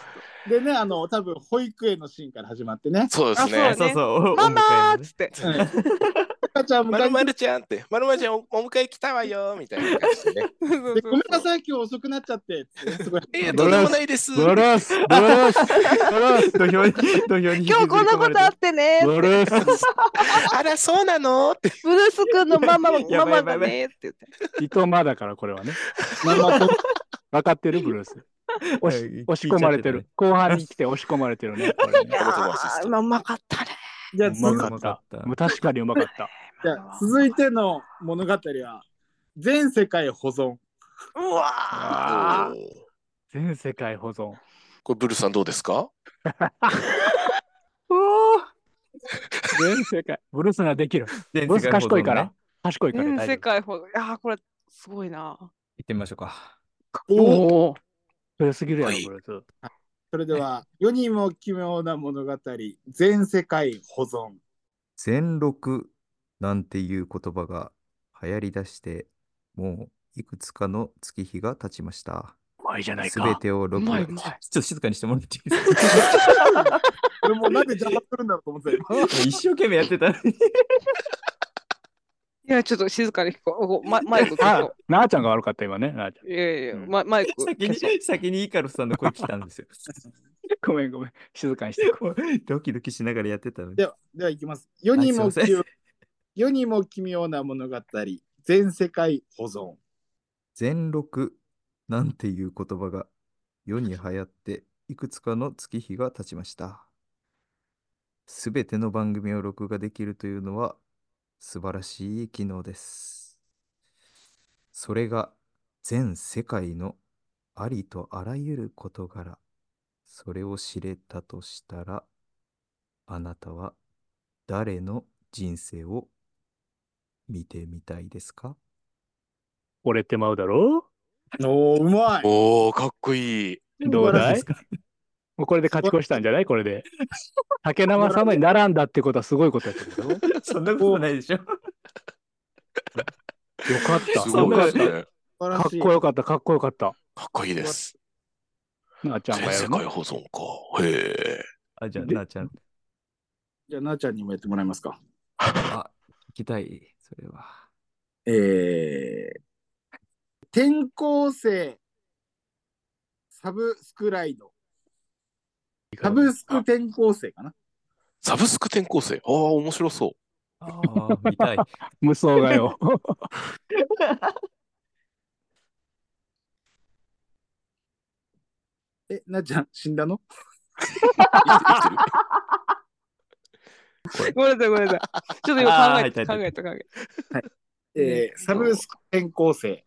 E: でね、あの、多分保育園のシーンから始まってね。
A: そうです
D: あ
A: ね。
F: そうそう。
D: ト。
F: お
D: ママ
F: お迎えの
D: ーっ
F: ね
D: つって。
E: うん、赤ちゃん
A: まる
E: 迎
A: ま
E: え
A: るちゃんって、まるまるちゃんおお迎え来たわよみたいな感じで ね。
D: そうそう
E: で、
D: そ
E: ご
D: う
E: めんなさい、今日遅くなっちゃって。すごい
A: えー、とんでもないです。
B: ブルース、ブルース、ブルース。
F: 土 俵に、土俵に。
D: 今日こんなことあってね。
B: ブルース。
A: あら、そうなのって。
D: ブルース君の ママ、マ
F: やばい
D: マ
F: やばいや
D: だ
F: ばい
D: ねって言って。
B: 糸間だから、これはね。
E: ママ友
B: 分かってる、ブルー ス。押し
F: はい
B: 押し込まれて
F: 聞い
B: る。後半に来て押し込まれてるね。こ れね
A: ママ友アシスト
D: あーうまかったね。
E: じゃあ
F: う
E: つ
F: ま
E: づ
F: かった。
B: もう確かにうまかった。
E: じゃあ続いての物語は、全世界保存。
D: うわ
B: あー
A: おー
B: 全世界保存。
A: これ、ブルーさんどうですか
B: 全世界。ブルースができる。
F: 全
B: ブルース賢いか
F: 行
B: ら。賢い
D: ー
B: から
D: 全
B: 大丈
D: 世
B: 夫。
D: 界ほど。ああ、これ、すごいな。
F: ってみましょうか。
E: お
D: おお。
B: それすぎるやろ、
A: はい
B: ブルース。
E: それでは、世にも奇妙な物語、全世界保存。
H: 全録なんていう言葉が流行りだして、もういくつかの月日が経ちました。
B: うまいじゃない
H: すべ
B: か。
H: てを
D: う
H: 録
D: ま
H: 画
D: いうまい。
F: ちょっと静かにしてもらっていいですか
E: 俺もうなんで邪魔するんだろうと思ってたよ。
F: 一生懸命やってたの に。
D: いや、ちょっと静かに聞こう お。ママイク消
B: あ
D: そ、
B: なあちゃんが悪かった、今ね。なあちゃん。
D: う。いやいやいや、
F: うん
D: ママイク
F: 先
D: 消そう。
F: に、先にイカロスさんの声来た んですよ。
B: ごめんごめん。静かに して。
F: ドキドキしながらやってたのに。
E: では、では行きます。世にも
F: はいすいません
E: 奇妙世にも奇妙な物語、全世界保存。
H: 全録なんていう言葉が世に流行っていくつかの月日が経ちました。すべての番組を録画できるというのは素晴らしい機能です。それが全世界のありとあらゆる事柄、それを知れたとしたら、あなたは誰の人生を見てみたいですか
B: 折れてまうだろ
E: おー、うまい。
A: おー、かっこいい。
B: どうだい
E: 素晴らしですか
B: もうこれで勝ち越したんじゃないこれで。竹生様に並んだってことはすごいことやったけど。よ
F: そんなことないでしょ。
B: かった。
A: す
F: そ
A: ご
F: ん
A: いです
B: よか
F: な
B: っ
A: ね。
E: 素晴
B: た
E: ら
B: かっ
E: しい
B: こよかった、かっこよかった。
A: かっこいいです。
B: なあちゃん
A: 全
B: がや
A: 世
B: る
A: 界
B: の。
A: 保存か。へ
F: あ、じゃあ、
B: で
F: なあちゃん。
E: じゃあ、なあちゃんにもやってもらえますか。
F: あ、聞きたい。それは。
E: えー、転校生サブスクライド。サブスク転校生かな。
A: ーサブスク転校生。ああ、面白そう。
F: ああ、見たい。
B: 無双がよ。
E: え、なあちゃん、死んだの
A: 生きて生きてる。
D: ごめんなさい、ごめんなさい。ちょっと
F: あ
D: 今
F: ー
D: 考え
F: 入
D: て、
F: った
D: 考
F: 入
D: え、
F: った
D: 考えて。
E: えー、サブスク転校生。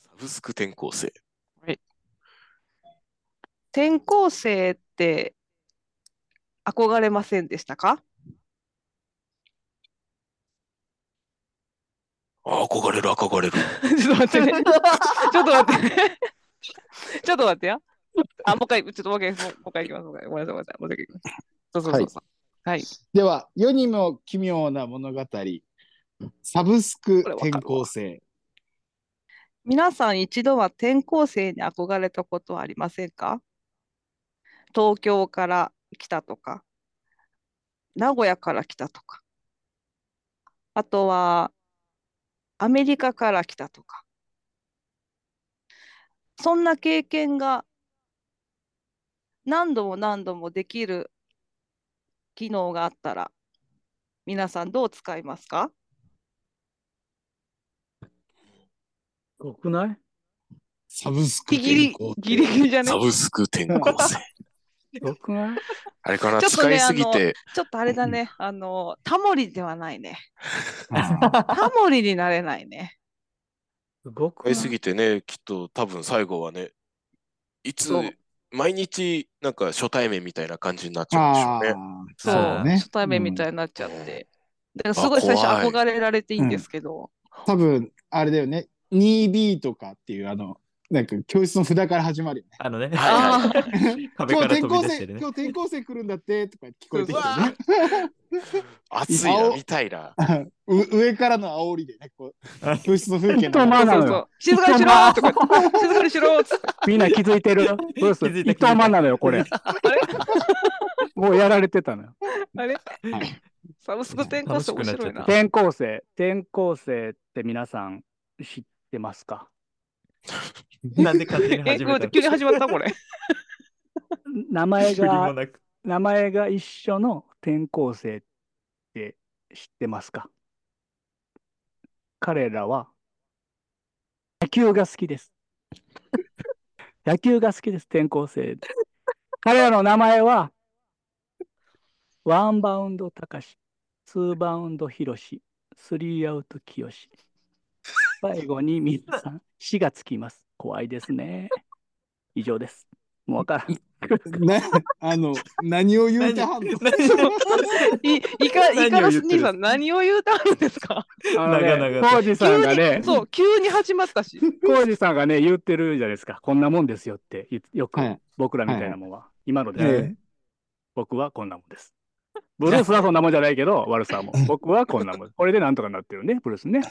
A: サブスク転校生。
D: 転校生って憧れませんでしたか
A: あー憧れる、憧れる。
D: ちょっと待って ね。ちょっと待って ね。ちょっと待ってや。あ、もう一回、ちょっともう一回、もうもう一回いきます。もう一回ごめんなさい、ごめんなさい。もう一回いきます。どうぞどうぞ。はい。
E: では、世にも奇妙な物語、サブスク
D: これわか
E: 転
D: るわ
E: 校生。
D: 皆さん一度は転校生に憧れたことはありませんか東京から来たとか、名古屋から来たとか、あとはアメリカから来たとか。そんな経験が何度も何度もできる機能があったら、皆さんどう使いますか
B: ごくない
E: サブスク
D: ギリ
E: 転校生。
D: ギリギリじゃね
A: サブスク転校生。
B: ごくない
A: あれかな、
D: ちょっと
A: 使
D: ね
A: いすぎて、
D: ちょっとあれだね、あの、タモリではない ね。
E: あ
D: タモリになれないね。
B: すごく
A: 使
B: ない
A: いすぎてね、きっと多分最後はね、いつ
D: そう、
A: 毎日、なんか初対面みたいな感じになっちゃうん
E: あ
A: でしょうね。
E: ー、
D: そう、
E: そうね
D: 初対面みたいになっちゃって。だからす
A: あ
D: ごい最初
A: 怖い
D: 憧れられていいんですけど、
E: 多分、あれだよね。2B とかっていう、あの、なんか教室の札から始まるよね。
F: あのね、
A: はい
D: あー
F: 壁
E: 今
F: から
E: 日転
F: 飛び
E: 校
F: 出して
E: 生、
F: る
E: 今
F: ね
E: 日。転校生来るんだってとか聞こえて
D: う
E: き
D: わー
A: 暑い
E: あ
A: な、
E: お
A: 見たいな。
E: てね。う上からの煽りでね、こう、教室の風景
B: 本当
E: の。
B: まあなのよ
D: 静かにしろーとか言って、静かにしろーっつって。
B: みんな気づいてるブルース、
F: 気づいた
B: 一旦間なのよ、これ。もうやられてたのよ。
D: あれ
E: はい
D: サブスク転校生面白いな。
B: 転校生、転校生って皆さん知ってますか
F: なんで勝手に
D: え、
F: 始
D: ご
F: めた
D: めんなさい
F: の
D: 急に始まったこれ。
B: 名前
F: 理
B: が
F: もなく。
B: 名前が一緒の転校生って知ってますか彼らは野球が好き です。野球が好きです、転校生。彼らの名前はワンバウンドたかし、ツーバウンドひろし、スリーアウトきよし。最後に皆さん、死がつきます。怖いですね。以上です。もうわからん。
E: なあの、何を言うてはんの
D: い、いか、い
F: 何を
D: から
F: 言
D: す
F: ってる
D: 兄さん何を言うたんですか
B: あのね
F: 長々と
B: コージさんがね、
D: そう、急に始まったし。
B: コージさんがね、言ってるじゃないですか。こんなもんですよって、いよく
E: はい
B: 僕らみたいなもんは。今ので、
H: え
B: 僕はこんなもんです。ブルースはそんなもんじゃないけど、悪さも。僕はこんなもん。これでなんとかなってるね、ブルースね。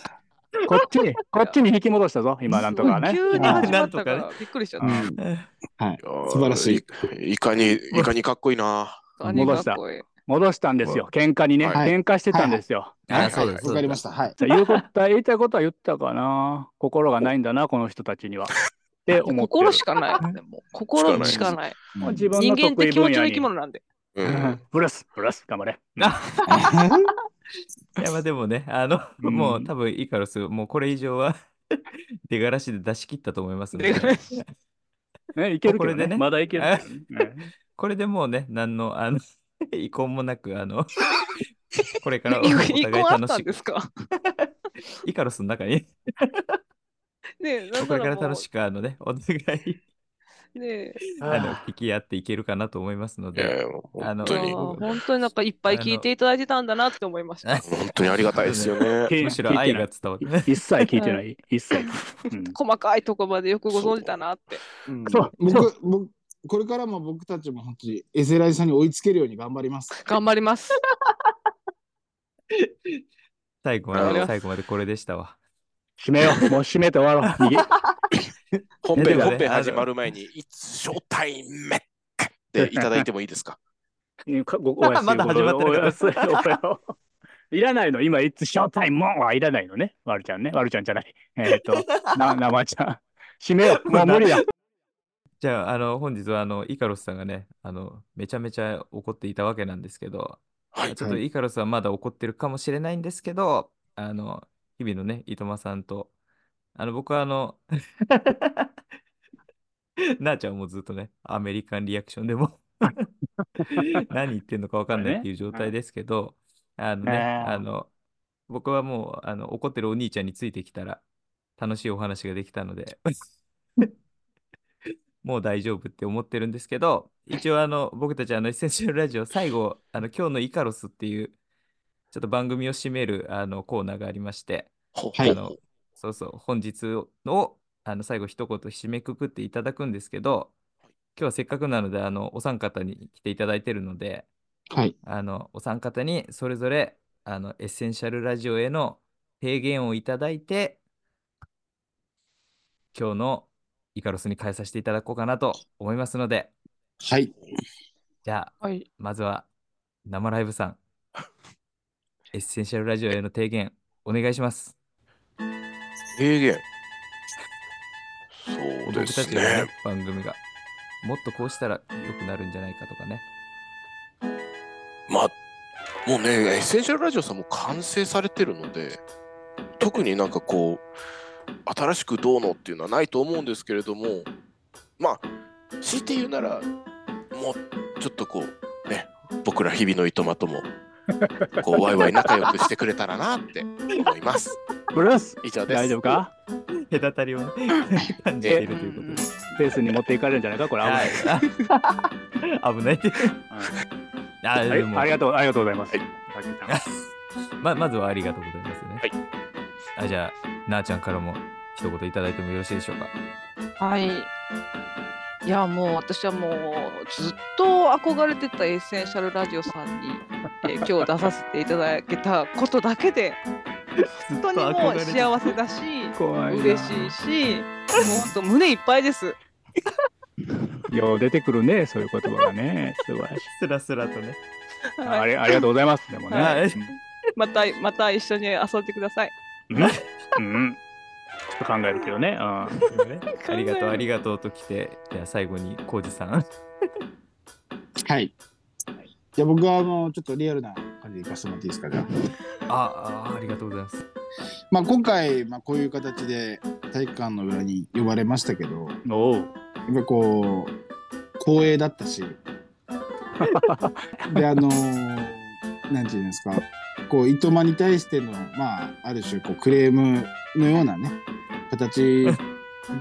B: こっちに、こっちに引き戻したぞ、今なんとかね。
D: 急に始まっ
F: な
D: た
F: んと
D: か、
F: から
D: びっくりしちゃっ
E: う
D: た。
E: ん
F: え
E: は
A: い
E: い。
A: やー
E: 素晴らしい。
A: いかに、いかにかっこいいな。
D: 何がっこいい。
B: 戻したんですよ、喧嘩にね。
E: はい
B: 喧嘩してたんですよ。
A: はい
F: あ、そうだ、
E: わ
F: そう
E: かり
F: だ
E: まし。た。はい。
B: じゃあ言うこと、言いたいことは言ったかな。心がないんだな、この人たちには。って思ってる
D: 心しかないよね。もう心しかない。
B: もう
E: うん
B: 自分
D: 人
B: の
D: 間っ
B: 得
D: て
B: 意
D: 気持
B: 分
D: ちの
B: 野
D: 生き
B: に。
D: 物なんで。
A: う
B: うん
A: ん。
B: ブルース、ブルース、頑張れ。
F: いや、まあでもね、あの、
B: うん
F: もう多分イカロス、もうこれ以上は 出がらしで出し切ったと思いますの
D: 出がらし
B: ね、いけるけど
F: これで
B: ね。
F: ね
B: まだいけるけどね。うん
F: これでもうね、何の、あの、遺恨もなく、あ の、これからお互
D: 一
F: い
D: 個あっ
F: 楽
D: た
F: し
D: んで
F: く、
D: すか
F: イカロスの中に、
D: ねえ、なん
F: こ
D: な
F: れから
D: ら
F: 楽
D: も
F: しく、あのね、お互い、
D: う、ねえ、
F: あの、引き合っていけるかなと思いますの
A: いやい
F: で、
A: や、もう
F: あ
A: 本
F: の
D: い
A: 当
D: や
A: に、
D: ー本当になんかいっぱい聞いていただいてたんだなって思いました。
F: あ
A: 本当にありがたいですよね。
B: 聞い
F: むし
B: 聞
F: ろ
B: いて
F: 愛
B: ない
F: が伝わって、
B: 一切聞いてない。一切聞いてない。
D: 細かいとこまでよくご存知だなって。
E: うん
B: そう
E: 僕、僕、これからも僕たちも本当にエセライさんに追いつけるように頑張ります。
D: 頑張ります。
F: 最後
A: あ
F: ま
A: の
F: で、最後までこれでしたわ。
B: 閉めよう。もう閉めて終わろう。逃げ
A: 本
F: いやで
A: 編、
F: もね
A: 本編
F: あの
A: 始まる前に、いつショータイムっていただいてもいいですか
B: ねかごおやす
F: まだ始まって
B: お
F: なか
B: や
F: っ
B: すいおやいらないの、今、いつショータイムはいらないのね。わるちゃんね。わるちゃんじゃない。えっ、と、な、生ちゃん。閉めよう。もう無理だ。
F: じゃあ、あの、本日は、あの、イカロスさんがね、あの、めちゃめちゃ怒っていたわけなんですけど、
A: はい
F: ちょっとイカロスはまだ怒ってるかもしれないんですけど、あの、日々のね、いとまさんと、あの、僕はあの、 なあちゃんもずっとね、アメリカンリアクション でも何言ってんのかわかんないっていう状態ですけど、あのね、
B: あー
F: あの、僕はもう、あの、怒ってるお兄ちゃんについてきたら、楽しいお話ができたので、 もう大丈夫って思ってるんですけど、一応あの、僕たちあの、エッセンシャルラジオ、最後、あの、今日のイカロスっていう、ちょっと番組を締める、あの、コーナーがありまして、
E: はい
F: あの、そうそう、本日の、あの、最後一言締めくくっていただくんですけど、今日はせっかくなので、あの、お三方に来ていただいてるので、
E: はい。
F: あの、お三方にそれぞれ、あの、エッセンシャルラジオへの提言をいただいて、今日のイカロスに変えさせていただこうかなと思いますので、
E: はい。
F: じゃあ、
D: はい。
F: まずは生ライブさ ん、エッセンシャルラジオへの提言、お願いします。
A: 提言。そうで
F: 僕た
A: す
F: ちの、ね
A: ね。、
F: 番組が、もっとこうしたら良くなるんじゃないかとかね。
A: まあ、もうね、エッセンシャルラジオさんも完成されてるので、特になんかこう、新しくどうのっていうのはないと思うんですけれども、まあ、強いて言うなら、もうちょっとこう、ね、僕ら日々のいとまとも、こう、ワイワイ仲良くしてくれたらなって思います。
B: ブルース
A: 以上です。
B: 大丈夫か
F: 隔たりをね 感じているということです。
B: スペースに持っていかれるんじゃないかこれ危ない。
F: はい。 危ないって。あ、で
B: はい、ありが
F: う。
B: とう、ありがとうございます。
A: はい
B: たけちゃん
F: ま、まずはありがとうございますね。
A: はい。
F: あ、じゃあ、なあちゃんからも一言いただいてもよろしいでしょうか。
D: はい。いや、もう私はもうずっと憧れてたエッセンシャルラジオさんに、えー今日出させていただけたことだけで、本当にもう幸せだし、
B: 怖いな。
D: 嬉しいし、もう本当胸いっぱいです。
B: よう出てくるね、そういう言葉がね。素晴らしい。
F: すらすらとね。
B: あ
D: はい、
B: れありがとうございます。でもね。
F: はい
D: また、また一緒に遊んでください。
B: うん。うんちょっと考えるけどね。うん
F: ありがとう、ありがとうと来て、じゃあ最後に、コウジさん。
E: はい。じゃあ僕はあのちょっとリアルな感じでいかせてもらっていいですかね。
F: あ、あありがとうございます。
E: まあ今回、まあ、こういう形で体育館の裏に呼ばれましたけど、やっ。
B: お う。
E: ぱりこう、光栄だったし、で、あの なんていうんですか、こう、いとまに対しての、まあ、ある種、こう、クレームのようなね、形だっ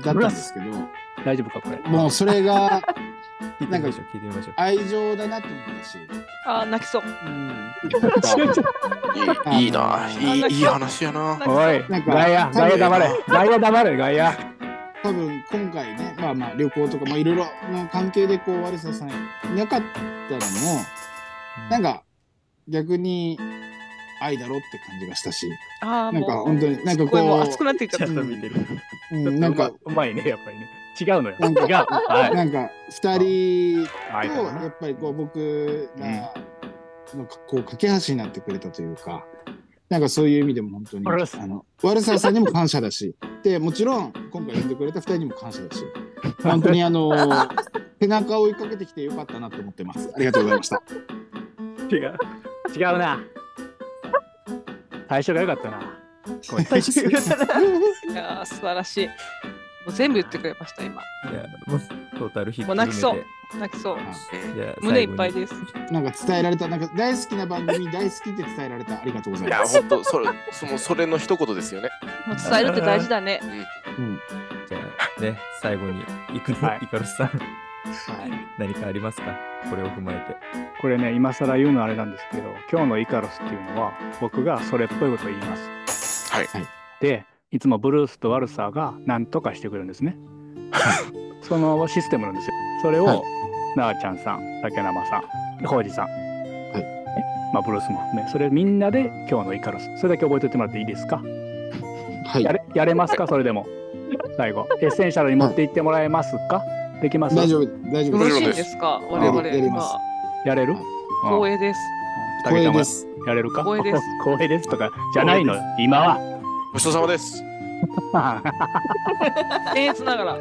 E: たんですけど、
B: 大丈夫かこれ。
E: もうそれが
F: 聞いてみましょう、聞いてみましょう。
E: 愛情だなと思ったし、
D: あー、泣きそう。
A: いいいい な、いいいい話やな。
B: おい、
E: なんか
B: ガイア、ガイア黙れ。ガイア黙れ、ガイア。
E: 多分今回ねまあまあ旅行とかまあいろいろの関係でこう悪ささんいなかったのもなんか逆に愛だろって感じがしたし、
D: ああ、
E: なんか
D: もう。
E: 本当になんか
D: 声もう
E: こ
D: 熱くなっていっちゃっ
E: う
D: た。
E: ん
F: る。
E: うん、なんか
B: うまうまいね、やっぱりね。違うのよ。違
E: なんか
B: う。は
E: なんか二人
B: い。
E: と
B: はい。
E: やっぱりこう僕らのこう架け橋になってくれたというか。なんかそういう意味でも本当に
B: 悪さ
E: あの悪ささんにも感謝だしでもちろん今回呼んでくれた二人にも感謝だし本当にあの背中を追いかけてきてよかったなと思ってます。ありがとうございました。
B: 違う。違うな。最初が良かったな。
F: 最初が
D: いやー、素晴らしい。もう全部言ってくれました、今。
F: いや、もう、トータルヒット
D: もう泣きそう泣きそう。
F: じゃあ
D: 胸いっぱい
F: 最後に
D: です。
E: なんか伝えられた、なんか大好きな番組大好きって伝えられた。ありがとうござ
A: い
E: い
A: や、
E: ます。
A: 本当それ、その、それの一言ですよね。
D: もう伝えるって大事だね。
F: じゃあね、最後に、いく
B: はい
F: イカロスさん、
E: はい
F: 何かありますかこれを踏まえて。
B: これね、今更言うのはあれなんですけど、今日のイカロスっていうのは、僕がそれっぽいことを言います。
A: はい
E: はい
B: で、いつもブルースとワルサーが何とかしてくれるんですね。そのシステムなんですよ。それを、
E: はい
B: なあちゃんさん、竹生さん、コウジさん、
E: い
B: ねまあ、ブルースも含め、それみんなで今日のイカロス、それだけ覚えておいてもらっていいですか
E: はい
B: や。れやれますかそれでも。最 後、エッセンシャルに持って行ってもらえますかできます
E: 大丈夫、大丈
D: よ
E: 夫
D: ろ
E: です。
D: しいんですか、我
E: 丈夫
D: 々
E: ですやりま
D: は
E: す。
B: やれる。
E: はい
D: 光栄です。
E: 光栄ですす。
B: やれるか
D: 光栄です。
B: 光栄ですとか、じゃないのよ、今は。
A: ごちそうさまです。
D: 僭越ながら。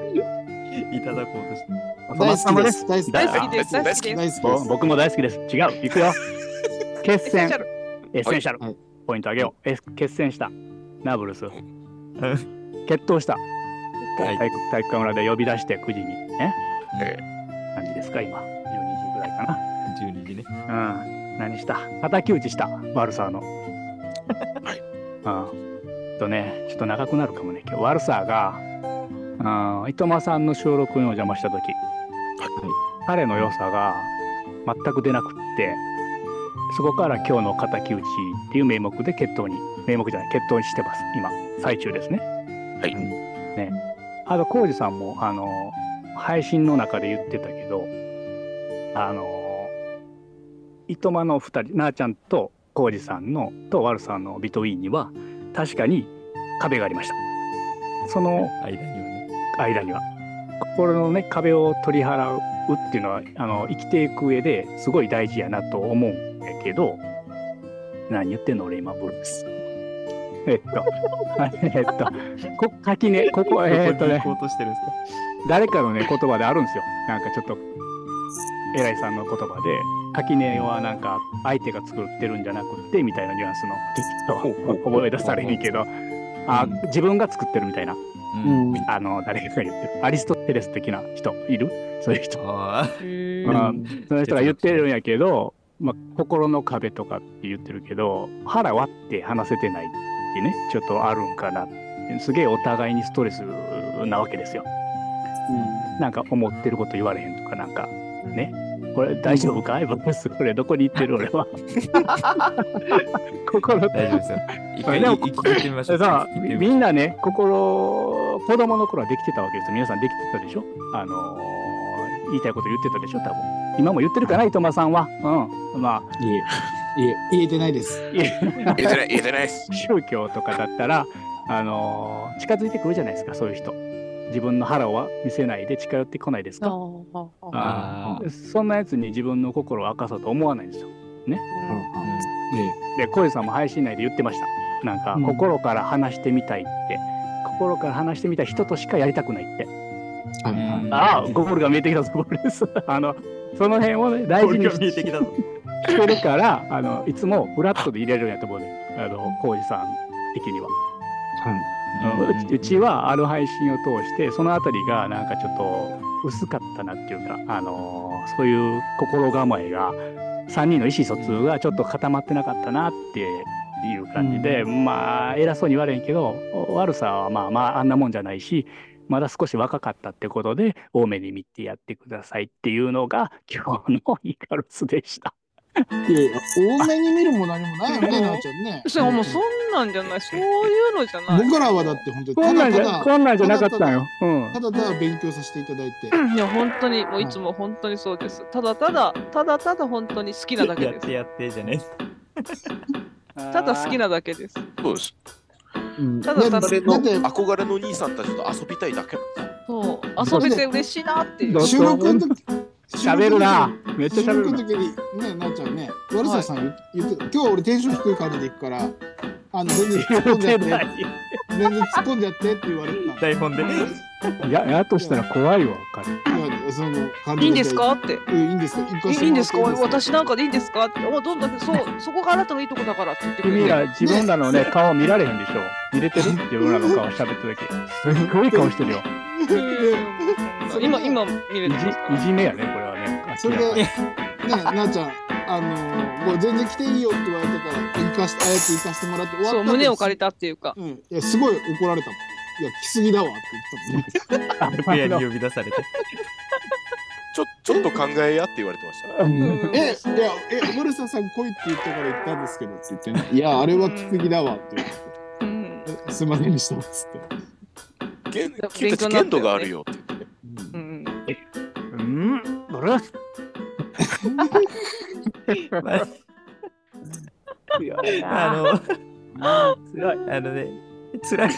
F: いただこうとして。
B: お粗
E: 大
B: 末様
E: 好きで
B: です。
E: す。大好き
B: 大
E: で
B: 好
E: す。
B: き
D: 好きで
A: あ
D: す。大好きです。
E: 大好
B: ぼ
E: き
B: 僕も大好きです。違う、行く よ。決
D: エッセ
B: 戦
D: ンシャ、ル
B: エッセンシャル
E: はい。
B: ポイントあげよう。エス決戦した。ナブルス。決闘した。体育体育館裏で呼び出して9時に。ね。
A: え
B: 何時ですか、今。12時ぐらいか
F: 12時ね。
B: な。うん。何した叩き打ちした。ワルサーの。
A: はい
B: うん。とね、ちょっと長くなるかもね、今日。ワルサーが、うん、いとまさんの収録にお邪魔した時彼の良さが全く出なくってそこから今日の敵討ちっていう名目で決闘に名目じゃない決闘にしてます今最中ですね
A: はい
B: ねあと浩二さんもあの配信の中で言ってたけどあのいとまの2人なあちゃんと浩二さんのとワルさんのビトインには確かに壁がありましたその
F: 間にはね。
B: 間には心のね壁を取り払うっていうのはあの生きていく上ですごい大事やなと思うんやけど何言ってんの俺今ブルースえっと えっとこ垣根ここえっと
F: どこに
B: ね
F: 行こうとしてるんですか
B: 誰かのね言葉であるんですよなんかちょっと偉いさんの言葉で垣根はなんか相手が作ってるんじゃなくってみたいなニュアンスのちょっと思い出されへんけどあ自分が作ってるみたいな
F: うん。
B: あの誰かが言ってるアリストテレス的な人いるそういう人、
F: あ
B: まあ
D: ーん。
B: その人が言ってるんやけど、まあ、心の壁とかって言ってるけど腹割って話せてないってねちょっとあるんかなすげえお互いにストレスなわけですよなんか思ってること言われへんとかなんかねこれ大丈夫かい 僕それどこに行ってる俺 は心
F: あ、大丈夫で すよ。一回
B: でも
F: 聞聞いてみましょう。
B: さ
F: 聞いてみましょう
B: みんなね心子供の頃はできてたわけですよ皆さんできてたでしょあのー言いたいこと言ってたでしょ多分今も言ってるかな伊藤間さんはうんまあ
E: いえ、いえ、言えてないです。
A: 言えてない、言えてないです。
B: 宗教とかだったらあのー近づいてくるじゃないですかそういう人自分の腹を見せないで近寄ってこないです
D: あ
B: か
D: ーあー
B: あ
F: あ
B: ーそんなやつに自分の心を明かそうと思わないんですよで小路さんも配信内で言ってましたなんか、
E: うん
B: 心から話してみたいって心から話してみたい人としかやりたくないって
E: ええ
F: うん
E: はい
B: ああ、ゴールが見えてきたぞ、ゴールです。 あの、その辺をね、大事に
F: ゴールが見えてきたぞ
B: してるから、あの、いつもフラットで入れるんやと思うね。あの、浩二さん的には。
F: うん
B: うちうちはある配信を通してそのあたりがなんかちょっと薄かったなっていうか、あのーそういう心構えが3人の意思疎通がちょっと固まってなかったなっていう感じで、まあ偉そうに言われへんけどお悪さはまあまああんなもんじゃないしまだ少し若かったってことで多めに見てやってくださいっていうのが今日のイカルスでした。
E: いえいえ多めに見るも何もないよね、なおちゃんね。
D: そうもうそんなんじゃないそういうのじゃない
E: 僕らはだって本当に
B: こ
E: た
B: んなん
E: だ
B: じ
E: た
B: ゃ
E: だ、
B: こんなんじゃなかったんよ。うん
E: ただただ勉強させていただいて。
D: いや本当にもういつも本当にそうですただただただただ本当に好きなだけ
F: やっ
D: です
F: てやってじゃね。
D: ただ好きなだけです
A: そうです。
E: うん
D: ただただ
A: それ
E: だ
A: の
E: って
A: 憧れの兄さんたちと遊びたいだけなんですよ。
D: そう遊べて嬉しいなっていう
B: どう
E: 収録の時
B: 喋るな。めっちゃ
E: 収
B: 喋る
E: 録の
B: な。
E: 時にねなおちゃんね悪ささん言,、言ってた今日は俺テンション低い感じでいくからあの全然突っ込んじ
B: 出
E: ゃって
B: ない
E: 全然突っ込んじゃってって言われてた
F: 台本 でね。
B: ややとしたら怖いわ、彼。
E: いやその感じ
D: いいんですかって
E: うんいいんですか行かせ
D: い
E: てもらって
D: いんですか私なんかでいいんですかっておどんだけそうそこがあなたのいいとこだからって言ってくれ
B: 君
D: て
B: ら自分らのね顔見られへんでしょ見れてる自分らの顔喋った時すっごい顔してるよ
D: うん今今見れ
B: い
D: てますから
B: じいじめやねこれはね
E: それでねなおちゃんあのこれ全然来ていいよって言われたから行かしてあえて行かせてもらって終わった
D: そう胸を借り
E: て、
D: たっていうか
E: うん、いやすごい怒られたもんいや来すぎだわって言ってた
F: 部
B: 明
F: 屋に
B: らか
F: 呼び出されて。
A: ちょ、ちょっと考えやって言われてました。
B: う
D: うんん
E: え、いや、え、マルサさん来いって言ったから行ったんですけどって言ってね。いや、あれはきすぎだわって言って
D: うん
E: え、すいませんでしたっつって。
A: 限
D: や
A: 君たち
D: 勉強になっ
A: 限
D: たよね
A: 度があるよって言ってね。
E: うん
D: う
B: う
D: ん
B: んブルース
F: ま
B: 強い
F: あ
B: な
F: の、
B: 強い
F: あのね、辛い。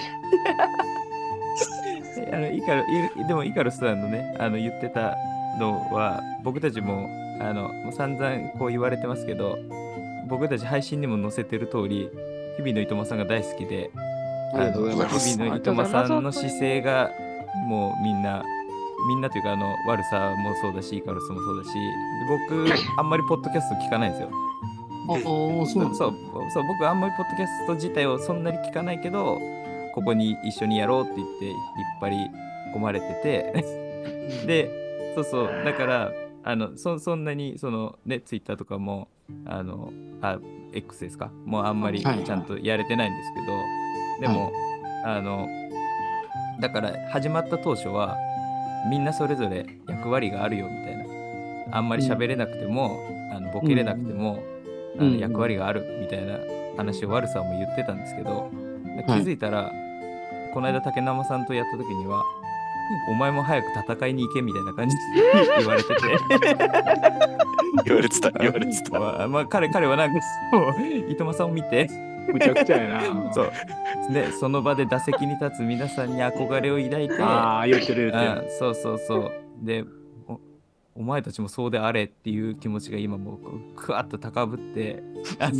F: あのイカロいでもイカロスさんのねあの言ってたのは僕たちもあのもう散々こう言われてますけど僕たち配信にも載せてる通り日々のいとまさんが大好きで
E: ありがとうございま
F: 日
E: す。
F: 々のいとまさんの姿勢がもうみんなみんなというかあの悪さもそうだしイカロスもそうだしで僕あんまりポッドキャスト聞かないんですよ。
E: あ、あ、そうなんだ。
F: そうそう僕あんまりポッドキャスト自体をそんなに聞かないけどここに一緒にやろうって言って引っ張り込まれててでそうそうだからあのそそんなにそのねツイッターとかもあのあ X ですかもうあんまりち
E: はいはい
F: ゃんとやれてないんですけど、でも、あのだから始まった当初はみんなそれぞれ役割があるよみたいなあんまり喋れなくても、あのボケれなくても、あ
E: うんう
F: の
E: ん
F: 役割があるみたいな話を悪さんも言ってたんですけど、気づいたらこの間竹生さんとやった時には「お前も早く戦いに行け」みたいな感 じで言われてて。
A: 言われてた、言われてた。
F: まあ、まあ、彼彼はなんかそう、伊藤さんを見て、
B: むちゃくちゃやな。
F: そう。で、その場で打席に立つ皆さんに憧れを抱いて、
B: ああ、言ってる言って
F: うん、そうそうそう。でお、お前たちもそうであれっていう気持ちが今もうこう、くわっと高ぶ って、あの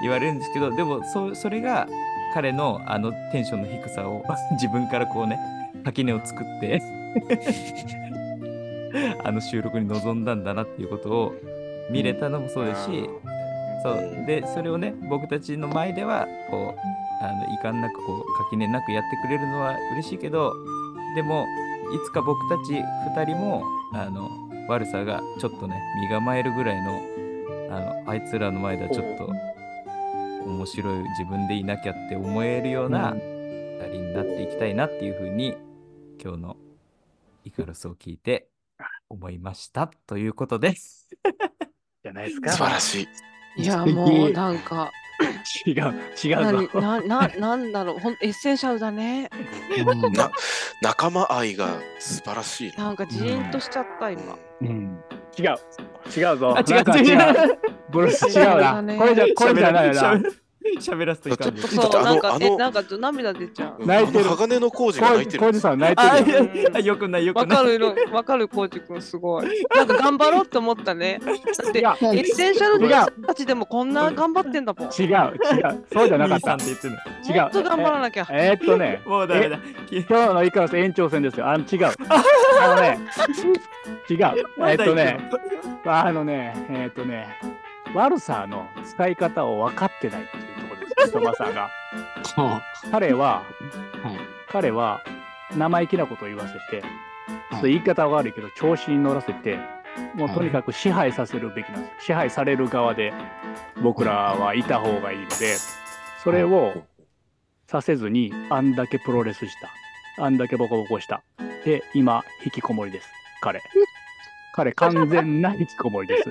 F: 言われるんですけど、でも、そそれが彼のあのテンションの低さを 自分からこうね、垣根を作って、 あの収録に臨んだんだなっていうことを見れたのもそうですし、そうでそれをね僕たちの前ではこうあの遺憾なくこう垣根なくやってくれるのは嬉しいけどでもいつか僕たち2人もあの悪さがちょっとね身構えるぐらいのあのあいつらの前ではちょっと面白い自分でいなきゃって思えるような2人になっていきたいなっていうふうに今日のイカロスを聞いて思いましたということです。
B: じゃないです
A: 素晴
B: か。
A: らしい。
D: いやもうなんか
B: 違う、違
D: 何
B: うぞ。
D: なななんだろうほんエッセンシャルだね
A: な仲間愛が素晴らしいな。
D: なんかジーンとしちゃった今
B: うん違う。違うぞ。
F: あ違う
B: なんか
F: 違う。
B: ブルース違うな。これじゃ、これじゃないな。
F: 喋らせといかんで
A: だ
D: そ
A: っ
D: う
A: てあの
D: なんか
A: あ
D: え
A: の
D: なんかちょっと涙出ちゃう
B: 泣いてる
A: あの鋼の工事が
B: コ
A: 泣い
B: ー
A: て
B: ジ、
A: る。
B: コージさん泣い
F: あ
B: て
F: い
B: るよ。
F: やいやよくないよく
D: わ
F: ない
D: かるよわかるコージくんすごいなんか頑張ろうって思ったねだって
B: い
D: エ
B: や
D: ッセンシャルの
B: 違う
D: 人たちでもこんな頑張ってんだもんもっ
B: 違う、違う。そうじゃなかっ
F: 兄さ
B: た
F: んっ。て言ってんの
D: と頑張らなきゃ
B: えーっとね、
F: もうダメだき
B: 今日のイカロス延長戦ですよ。あの違う。あのね、違う。 えーっとね、あのね、えーっとね、悪さの使い方を分かってないっていうところです、人間さんが。彼は、彼は生意気なことを言わせて、ちょっと言い方は悪いけど、調子に乗らせて、もうとにかく支配させるべきなんです。支配される側で僕らはいた方がいいので、それをさせずに、あんだけプロレスした。あんだけボコボコした。で、今、引きこもりです。彼。彼、完全な引きこもりで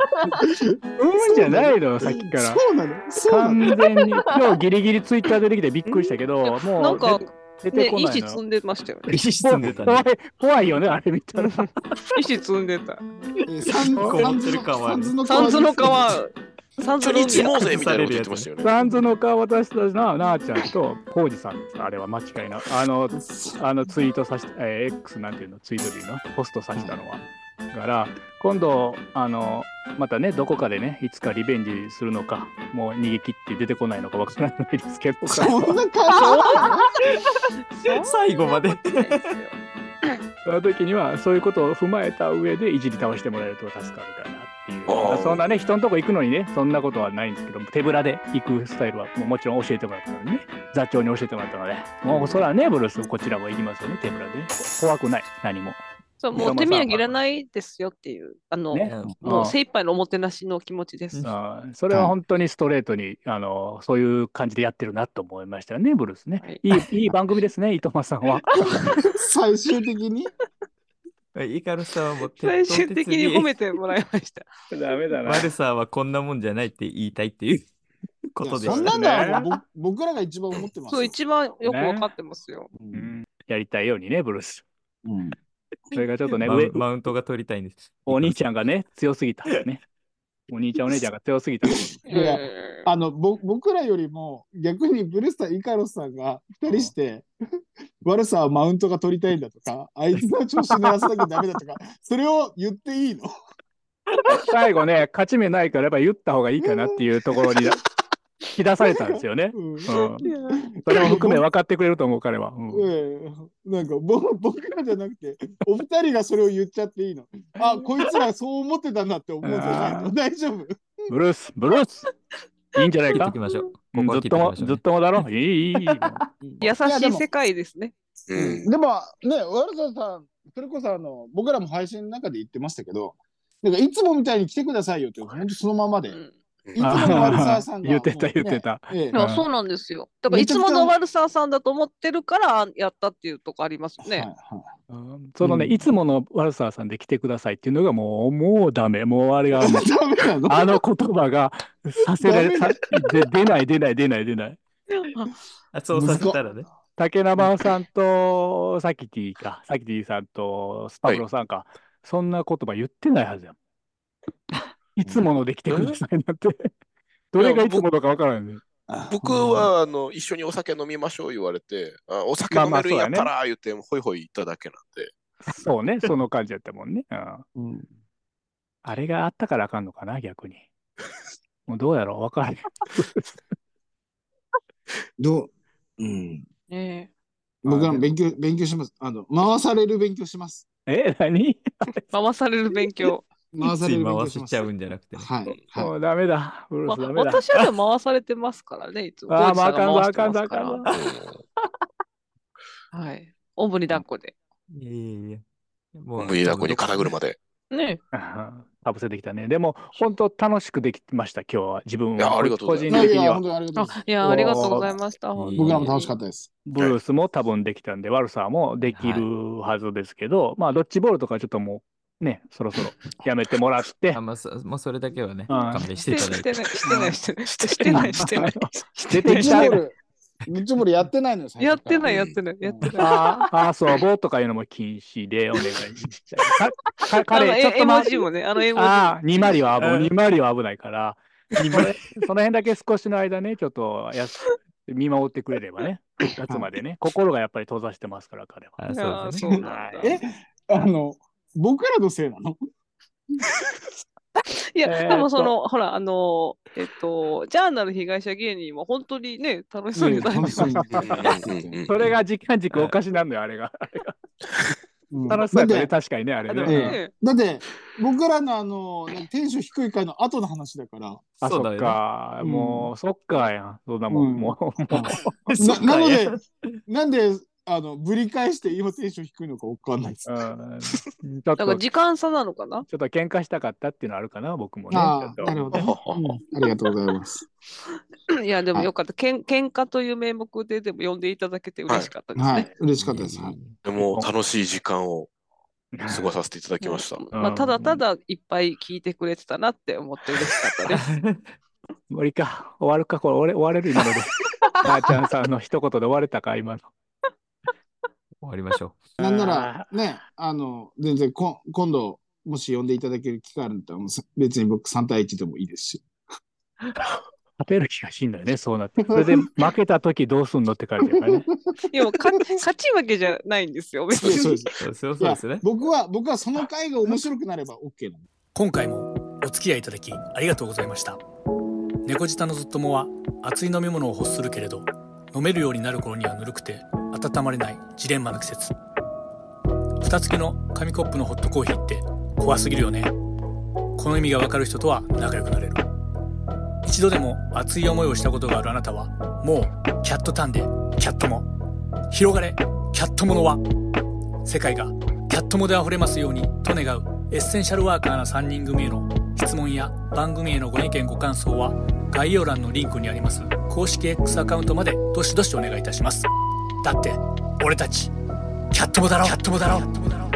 B: す。うんじゃないのよ、さっきから。
E: そうなのそう なの
B: 完全に、今日ギリギリツイッターでできてびっくりしたけど、もう
D: なんか
B: 出て
D: ね
B: こないの
D: 石
B: よ。
D: 積んでましたよね
F: 石進んでたね
B: 怖い怖いよね、あれ見たら。
D: 石積んでた
E: えサ ン
F: こもってる感はある
E: ズの
D: サンズの皮
E: 川
D: サン
A: 一
D: ズ
A: 緒
D: の
A: に積
D: 海
A: もうぜみたいなこと言ってましたよね。
B: サンズの顔私たちのなあちゃんとコウジさんです。あれは間違いなあの、あのツイートさせて、えー X なんていうの、ツイートでいいの、ポストさせたのは。だから、今度、あの、またね、どこかでね、いつかリベンジするのか、もう逃げ切って出てこないのかわからないですけど、
E: そんな感
F: 最後まで
B: その時には、そういうことを踏まえた上で、いじり倒してもらえると助かるかなっていう。
A: あー
B: そんなね、人のとこ行くのにね、そんなことはないんですけど、手ぶらで行くスタイルはもうもちろん教えてもらったのでね、座長に教えてもらったので、もうそらね、ブルース、こちらも行きますよね、手ぶらでね。怖くない、何も。
D: そうもう手土産いらないですよっていうあの、
B: ね。あ
D: もう精一杯のおもてなしの気持ちです。
B: あーそれは本当にストレートに、あのそういう感じでやってるなと思いましたよね、ブルースね。
D: はい
B: いいいい番組ですね、伊 藤さんは。
E: 想最終的に
F: イカロスさんはもう
D: 最終的に褒めてもらいました。
B: ダメだ
F: 悪さはこんなもんじゃないって言いたいっていうこと
E: い
F: で
E: やそ
F: し
E: ん
F: た
E: な
F: ね
E: んだろうぼ僕らが一番思ってます
D: そう、一番よくわかってますよ。
B: やりたいようにね、ブルース。
E: うん
B: それがちょっとね、
F: マウ
B: 上
F: ン マウントが取りたいんです
B: お兄ちゃんがね、強すぎた ね。お兄ちゃん、お姉ちゃんが強すぎた。
E: いや
D: えー
E: あのぼ僕らよりも逆にブルースターイカロスさんが2人して、悪さはマウントが取りたいんだとかあいつの調子乗らせなきゃダメだとかそれを言っていいの
B: 最後ね、勝ち目ないから、やっぱ言った方がいいかなっていうところに 引き出されたんですよね。
E: うん
B: うん、それも含め分かってくれると思う、彼は。うん
E: うん、なんかぼ僕らじゃなくてお二人がそれを言っちゃっていいのあこいつらそう思ってたんだって思うんじゃないの大丈夫
B: ブルース、ブルースいいんじゃない
F: 切って
B: か
F: いきましょう
B: う
F: こ
B: んず
F: こは
B: っ
F: 切っていき
B: とも、
F: ましょう
B: ず
F: ね
B: っともだ ろ。いい、いい、いい。
D: 優
E: いや
D: し
E: で
D: い
E: も
D: 世界ですね。
A: うん。
E: でもね、悪ささん、それこそあの、僕らも配信の中で言ってましたけど、なんかいつもみたいに来てくださいよって、本当そのままで。
D: うん
A: い
E: いつもの悪ささんが。
B: 言ってた、言ってた。
E: もうね。え
D: いや
B: うん
D: そうなんですよ。だから
E: め
D: い
E: ちゃ
D: つ
E: くちゃ
D: もの悪ささんだと思ってるからやったっていうとこありますよ
E: えはい
D: ね。
E: は
B: うんそのね、
E: うん
B: いつものワルサーさんで来てくださいっていうのがもう、もうダメ。もうあれが、
E: いダメなの
B: あの言葉がさせられ、
E: ダ
B: さで出ない、出ない、出ない、出ない。
F: あそうさせたらね
B: 竹生さんとサキティか、サキティさんとスパブロさんか、そんな言葉言ってな いはずやん。 いつもので来てくださいなんて。どれがいつものかわからないね。
I: あ
A: 僕はあの一緒にお酒飲みましょう言われて、あお酒飲めるんやったら言って、ホイホイ行っただけなんで。
B: そう ね、その感じやったもんね。うん
I: うん
B: あれがあったからあかんのかな、逆に。もうどうやろう、わからない。
E: どう
I: うん。
D: ね
E: 僕は勉強、勉強します。あの、回される勉強します。
B: え、何
D: え回される勉 強。
E: 回さ
F: つ
E: れ
F: い
E: る勉強
F: 回
E: し
F: し
E: ます。
F: ちゃうんじゃなくてね。
E: はい。はい
B: もうダメだ。ブルー
D: まあ
B: スダメ だ。
D: 私はでも回されてますからね、いつも。
B: あー
D: ゴーチさんが
B: まああかんぞ
D: 回してます
B: あかんぞ
A: う
B: あ
A: ん
D: らはい。おんぶに抱っこで。
F: いやいやいや。も
A: コンビニだこに肩車で。
D: ね
B: かぶせてきたね。でも、本当楽しくできました、今日は。自分
A: いやあ
B: は。
A: りがとうご
B: 個
A: ざい
B: 人
A: ま
E: いや
A: す
B: 的
E: い
B: に
E: や、
B: は
E: 本。当にありがとうございます。
D: いや、ありがとうございました。本当に
E: 僕らも楽しかったです。
B: ブルースも多分できたんで、悪さもできるはずですけど、まあ、ドッジボールとかちょっともう、ね、そろそろやめてもらって
F: あ、、まあ、そまあ、それだけはね、
B: はい
F: 勘弁し
D: して
F: い
D: て
F: ただい
D: して
F: て。
D: ない、してない、してない、してない、してな
B: 出
D: い。
E: ド
B: て
E: ッ
B: き
E: ジ
B: た
E: ボール、ドッジボールやってないのよ、最
D: やっ
E: 初から
D: てない、やってない、やってない。
B: あー遊ぼうとかいうのも禁止でお願いしたい。かか
D: あの
B: 彼、ちょっ
D: 絵
B: と
D: 絵文
B: 待っ
D: 字
B: て。
D: もね、あの絵文字も。
B: ああ、2マリは危ない。
F: うん
B: 2マリは危ないから、そのその辺だけ少しの間ね、ちょっとやす見守ってくれればね、夏までね、心がやっぱり閉ざしてますから、彼は。
F: あ
D: あ
F: そ
D: あ
F: うです
D: そ
F: ね。
D: うなんだ。
B: はい
E: えあの、僕らのせいなの
D: い
B: えー
D: や、
B: っ
D: で
B: と
D: もその、ほら、あの、えっと、ジャーナル被害者芸人も本当にね、楽しそうに歌いました。
A: うんうん
B: それが時間軸おかしなんだよ、あれが。
E: うん
B: 楽しそうやった
E: だ
B: ね、
E: って
B: 確かにね、あれ
F: あ
B: ね
F: で。も
D: ね
E: だって、僕らのあの、テンション低い回の後の話だから。
B: あ、
F: そ
B: そう
F: だよ
B: っ
F: ね
B: か。
E: うん
B: もう、そっかやん。そうだもん。
E: うん
B: もう、もう。
E: な
F: そうか
E: なので
F: いや
E: なんで、あの、ぶり返して今テンション低いのかわかんないです。
B: うん、ちょっ
D: だから
B: と、ち
D: 時間差なのかな
B: ょっと喧嘩したかったっていうのあるかな、僕もね。
E: あ
B: ち
E: あ、
B: ょっ
E: なる
B: と
E: ほどね、うんありがとうござ います。
D: いや、でも
E: はい
D: よかった。けん喧嘩という名目ででも呼んでいただけて嬉しかったです
E: は
D: ね。
E: い、嬉しかったです。はい
A: でも楽しい時間を過 ごさせていただきま した。
B: うん
D: まあ、ただただいっぱい聞いてくれてたなって思って嬉しかったです。
B: 無理か。終わるか、これ、終われ終われる今の で。ばあちゃんさんの一言で終われたか、今の。
F: 終わりましょ
E: なんなら、ね、あの、全然こ、今度、もし呼んでいただける機会あるんだったら、もうさ別に僕3対1でもいいですし。
B: 勝てる気がしんだよね、そうなって。それで、負けた時どうすんのって感じだからね。
D: いや、もう勝勝ち負けじゃないんですよ、別
E: いやそう
D: に。
E: です。
F: う。 そうそうですね。
E: 僕は、僕はその回が面白くなれば OK なの。
J: 今回もお付き合いいただきありがとうございました猫舌のずっともは熱い飲み物を欲するけれど飲めるようになる頃にはぬるくて温まれないジレンマの季節蓋付きの紙コップのホットコーヒーって怖すぎるよねこの意味がわかる人とは仲良くなれる一度でも熱い思いをしたことがあるあなたはもうキャットタンでキャットも広がれキャットものは世界がキャットモで溢れますようにと願うエッセンシャルワーカーな3人組への質問や番組へのご意見ご感想は概要欄のリンクにあります公式 X アカウントまでどしどしお願いいたしますだって俺たちキャットモだろキャットモだろ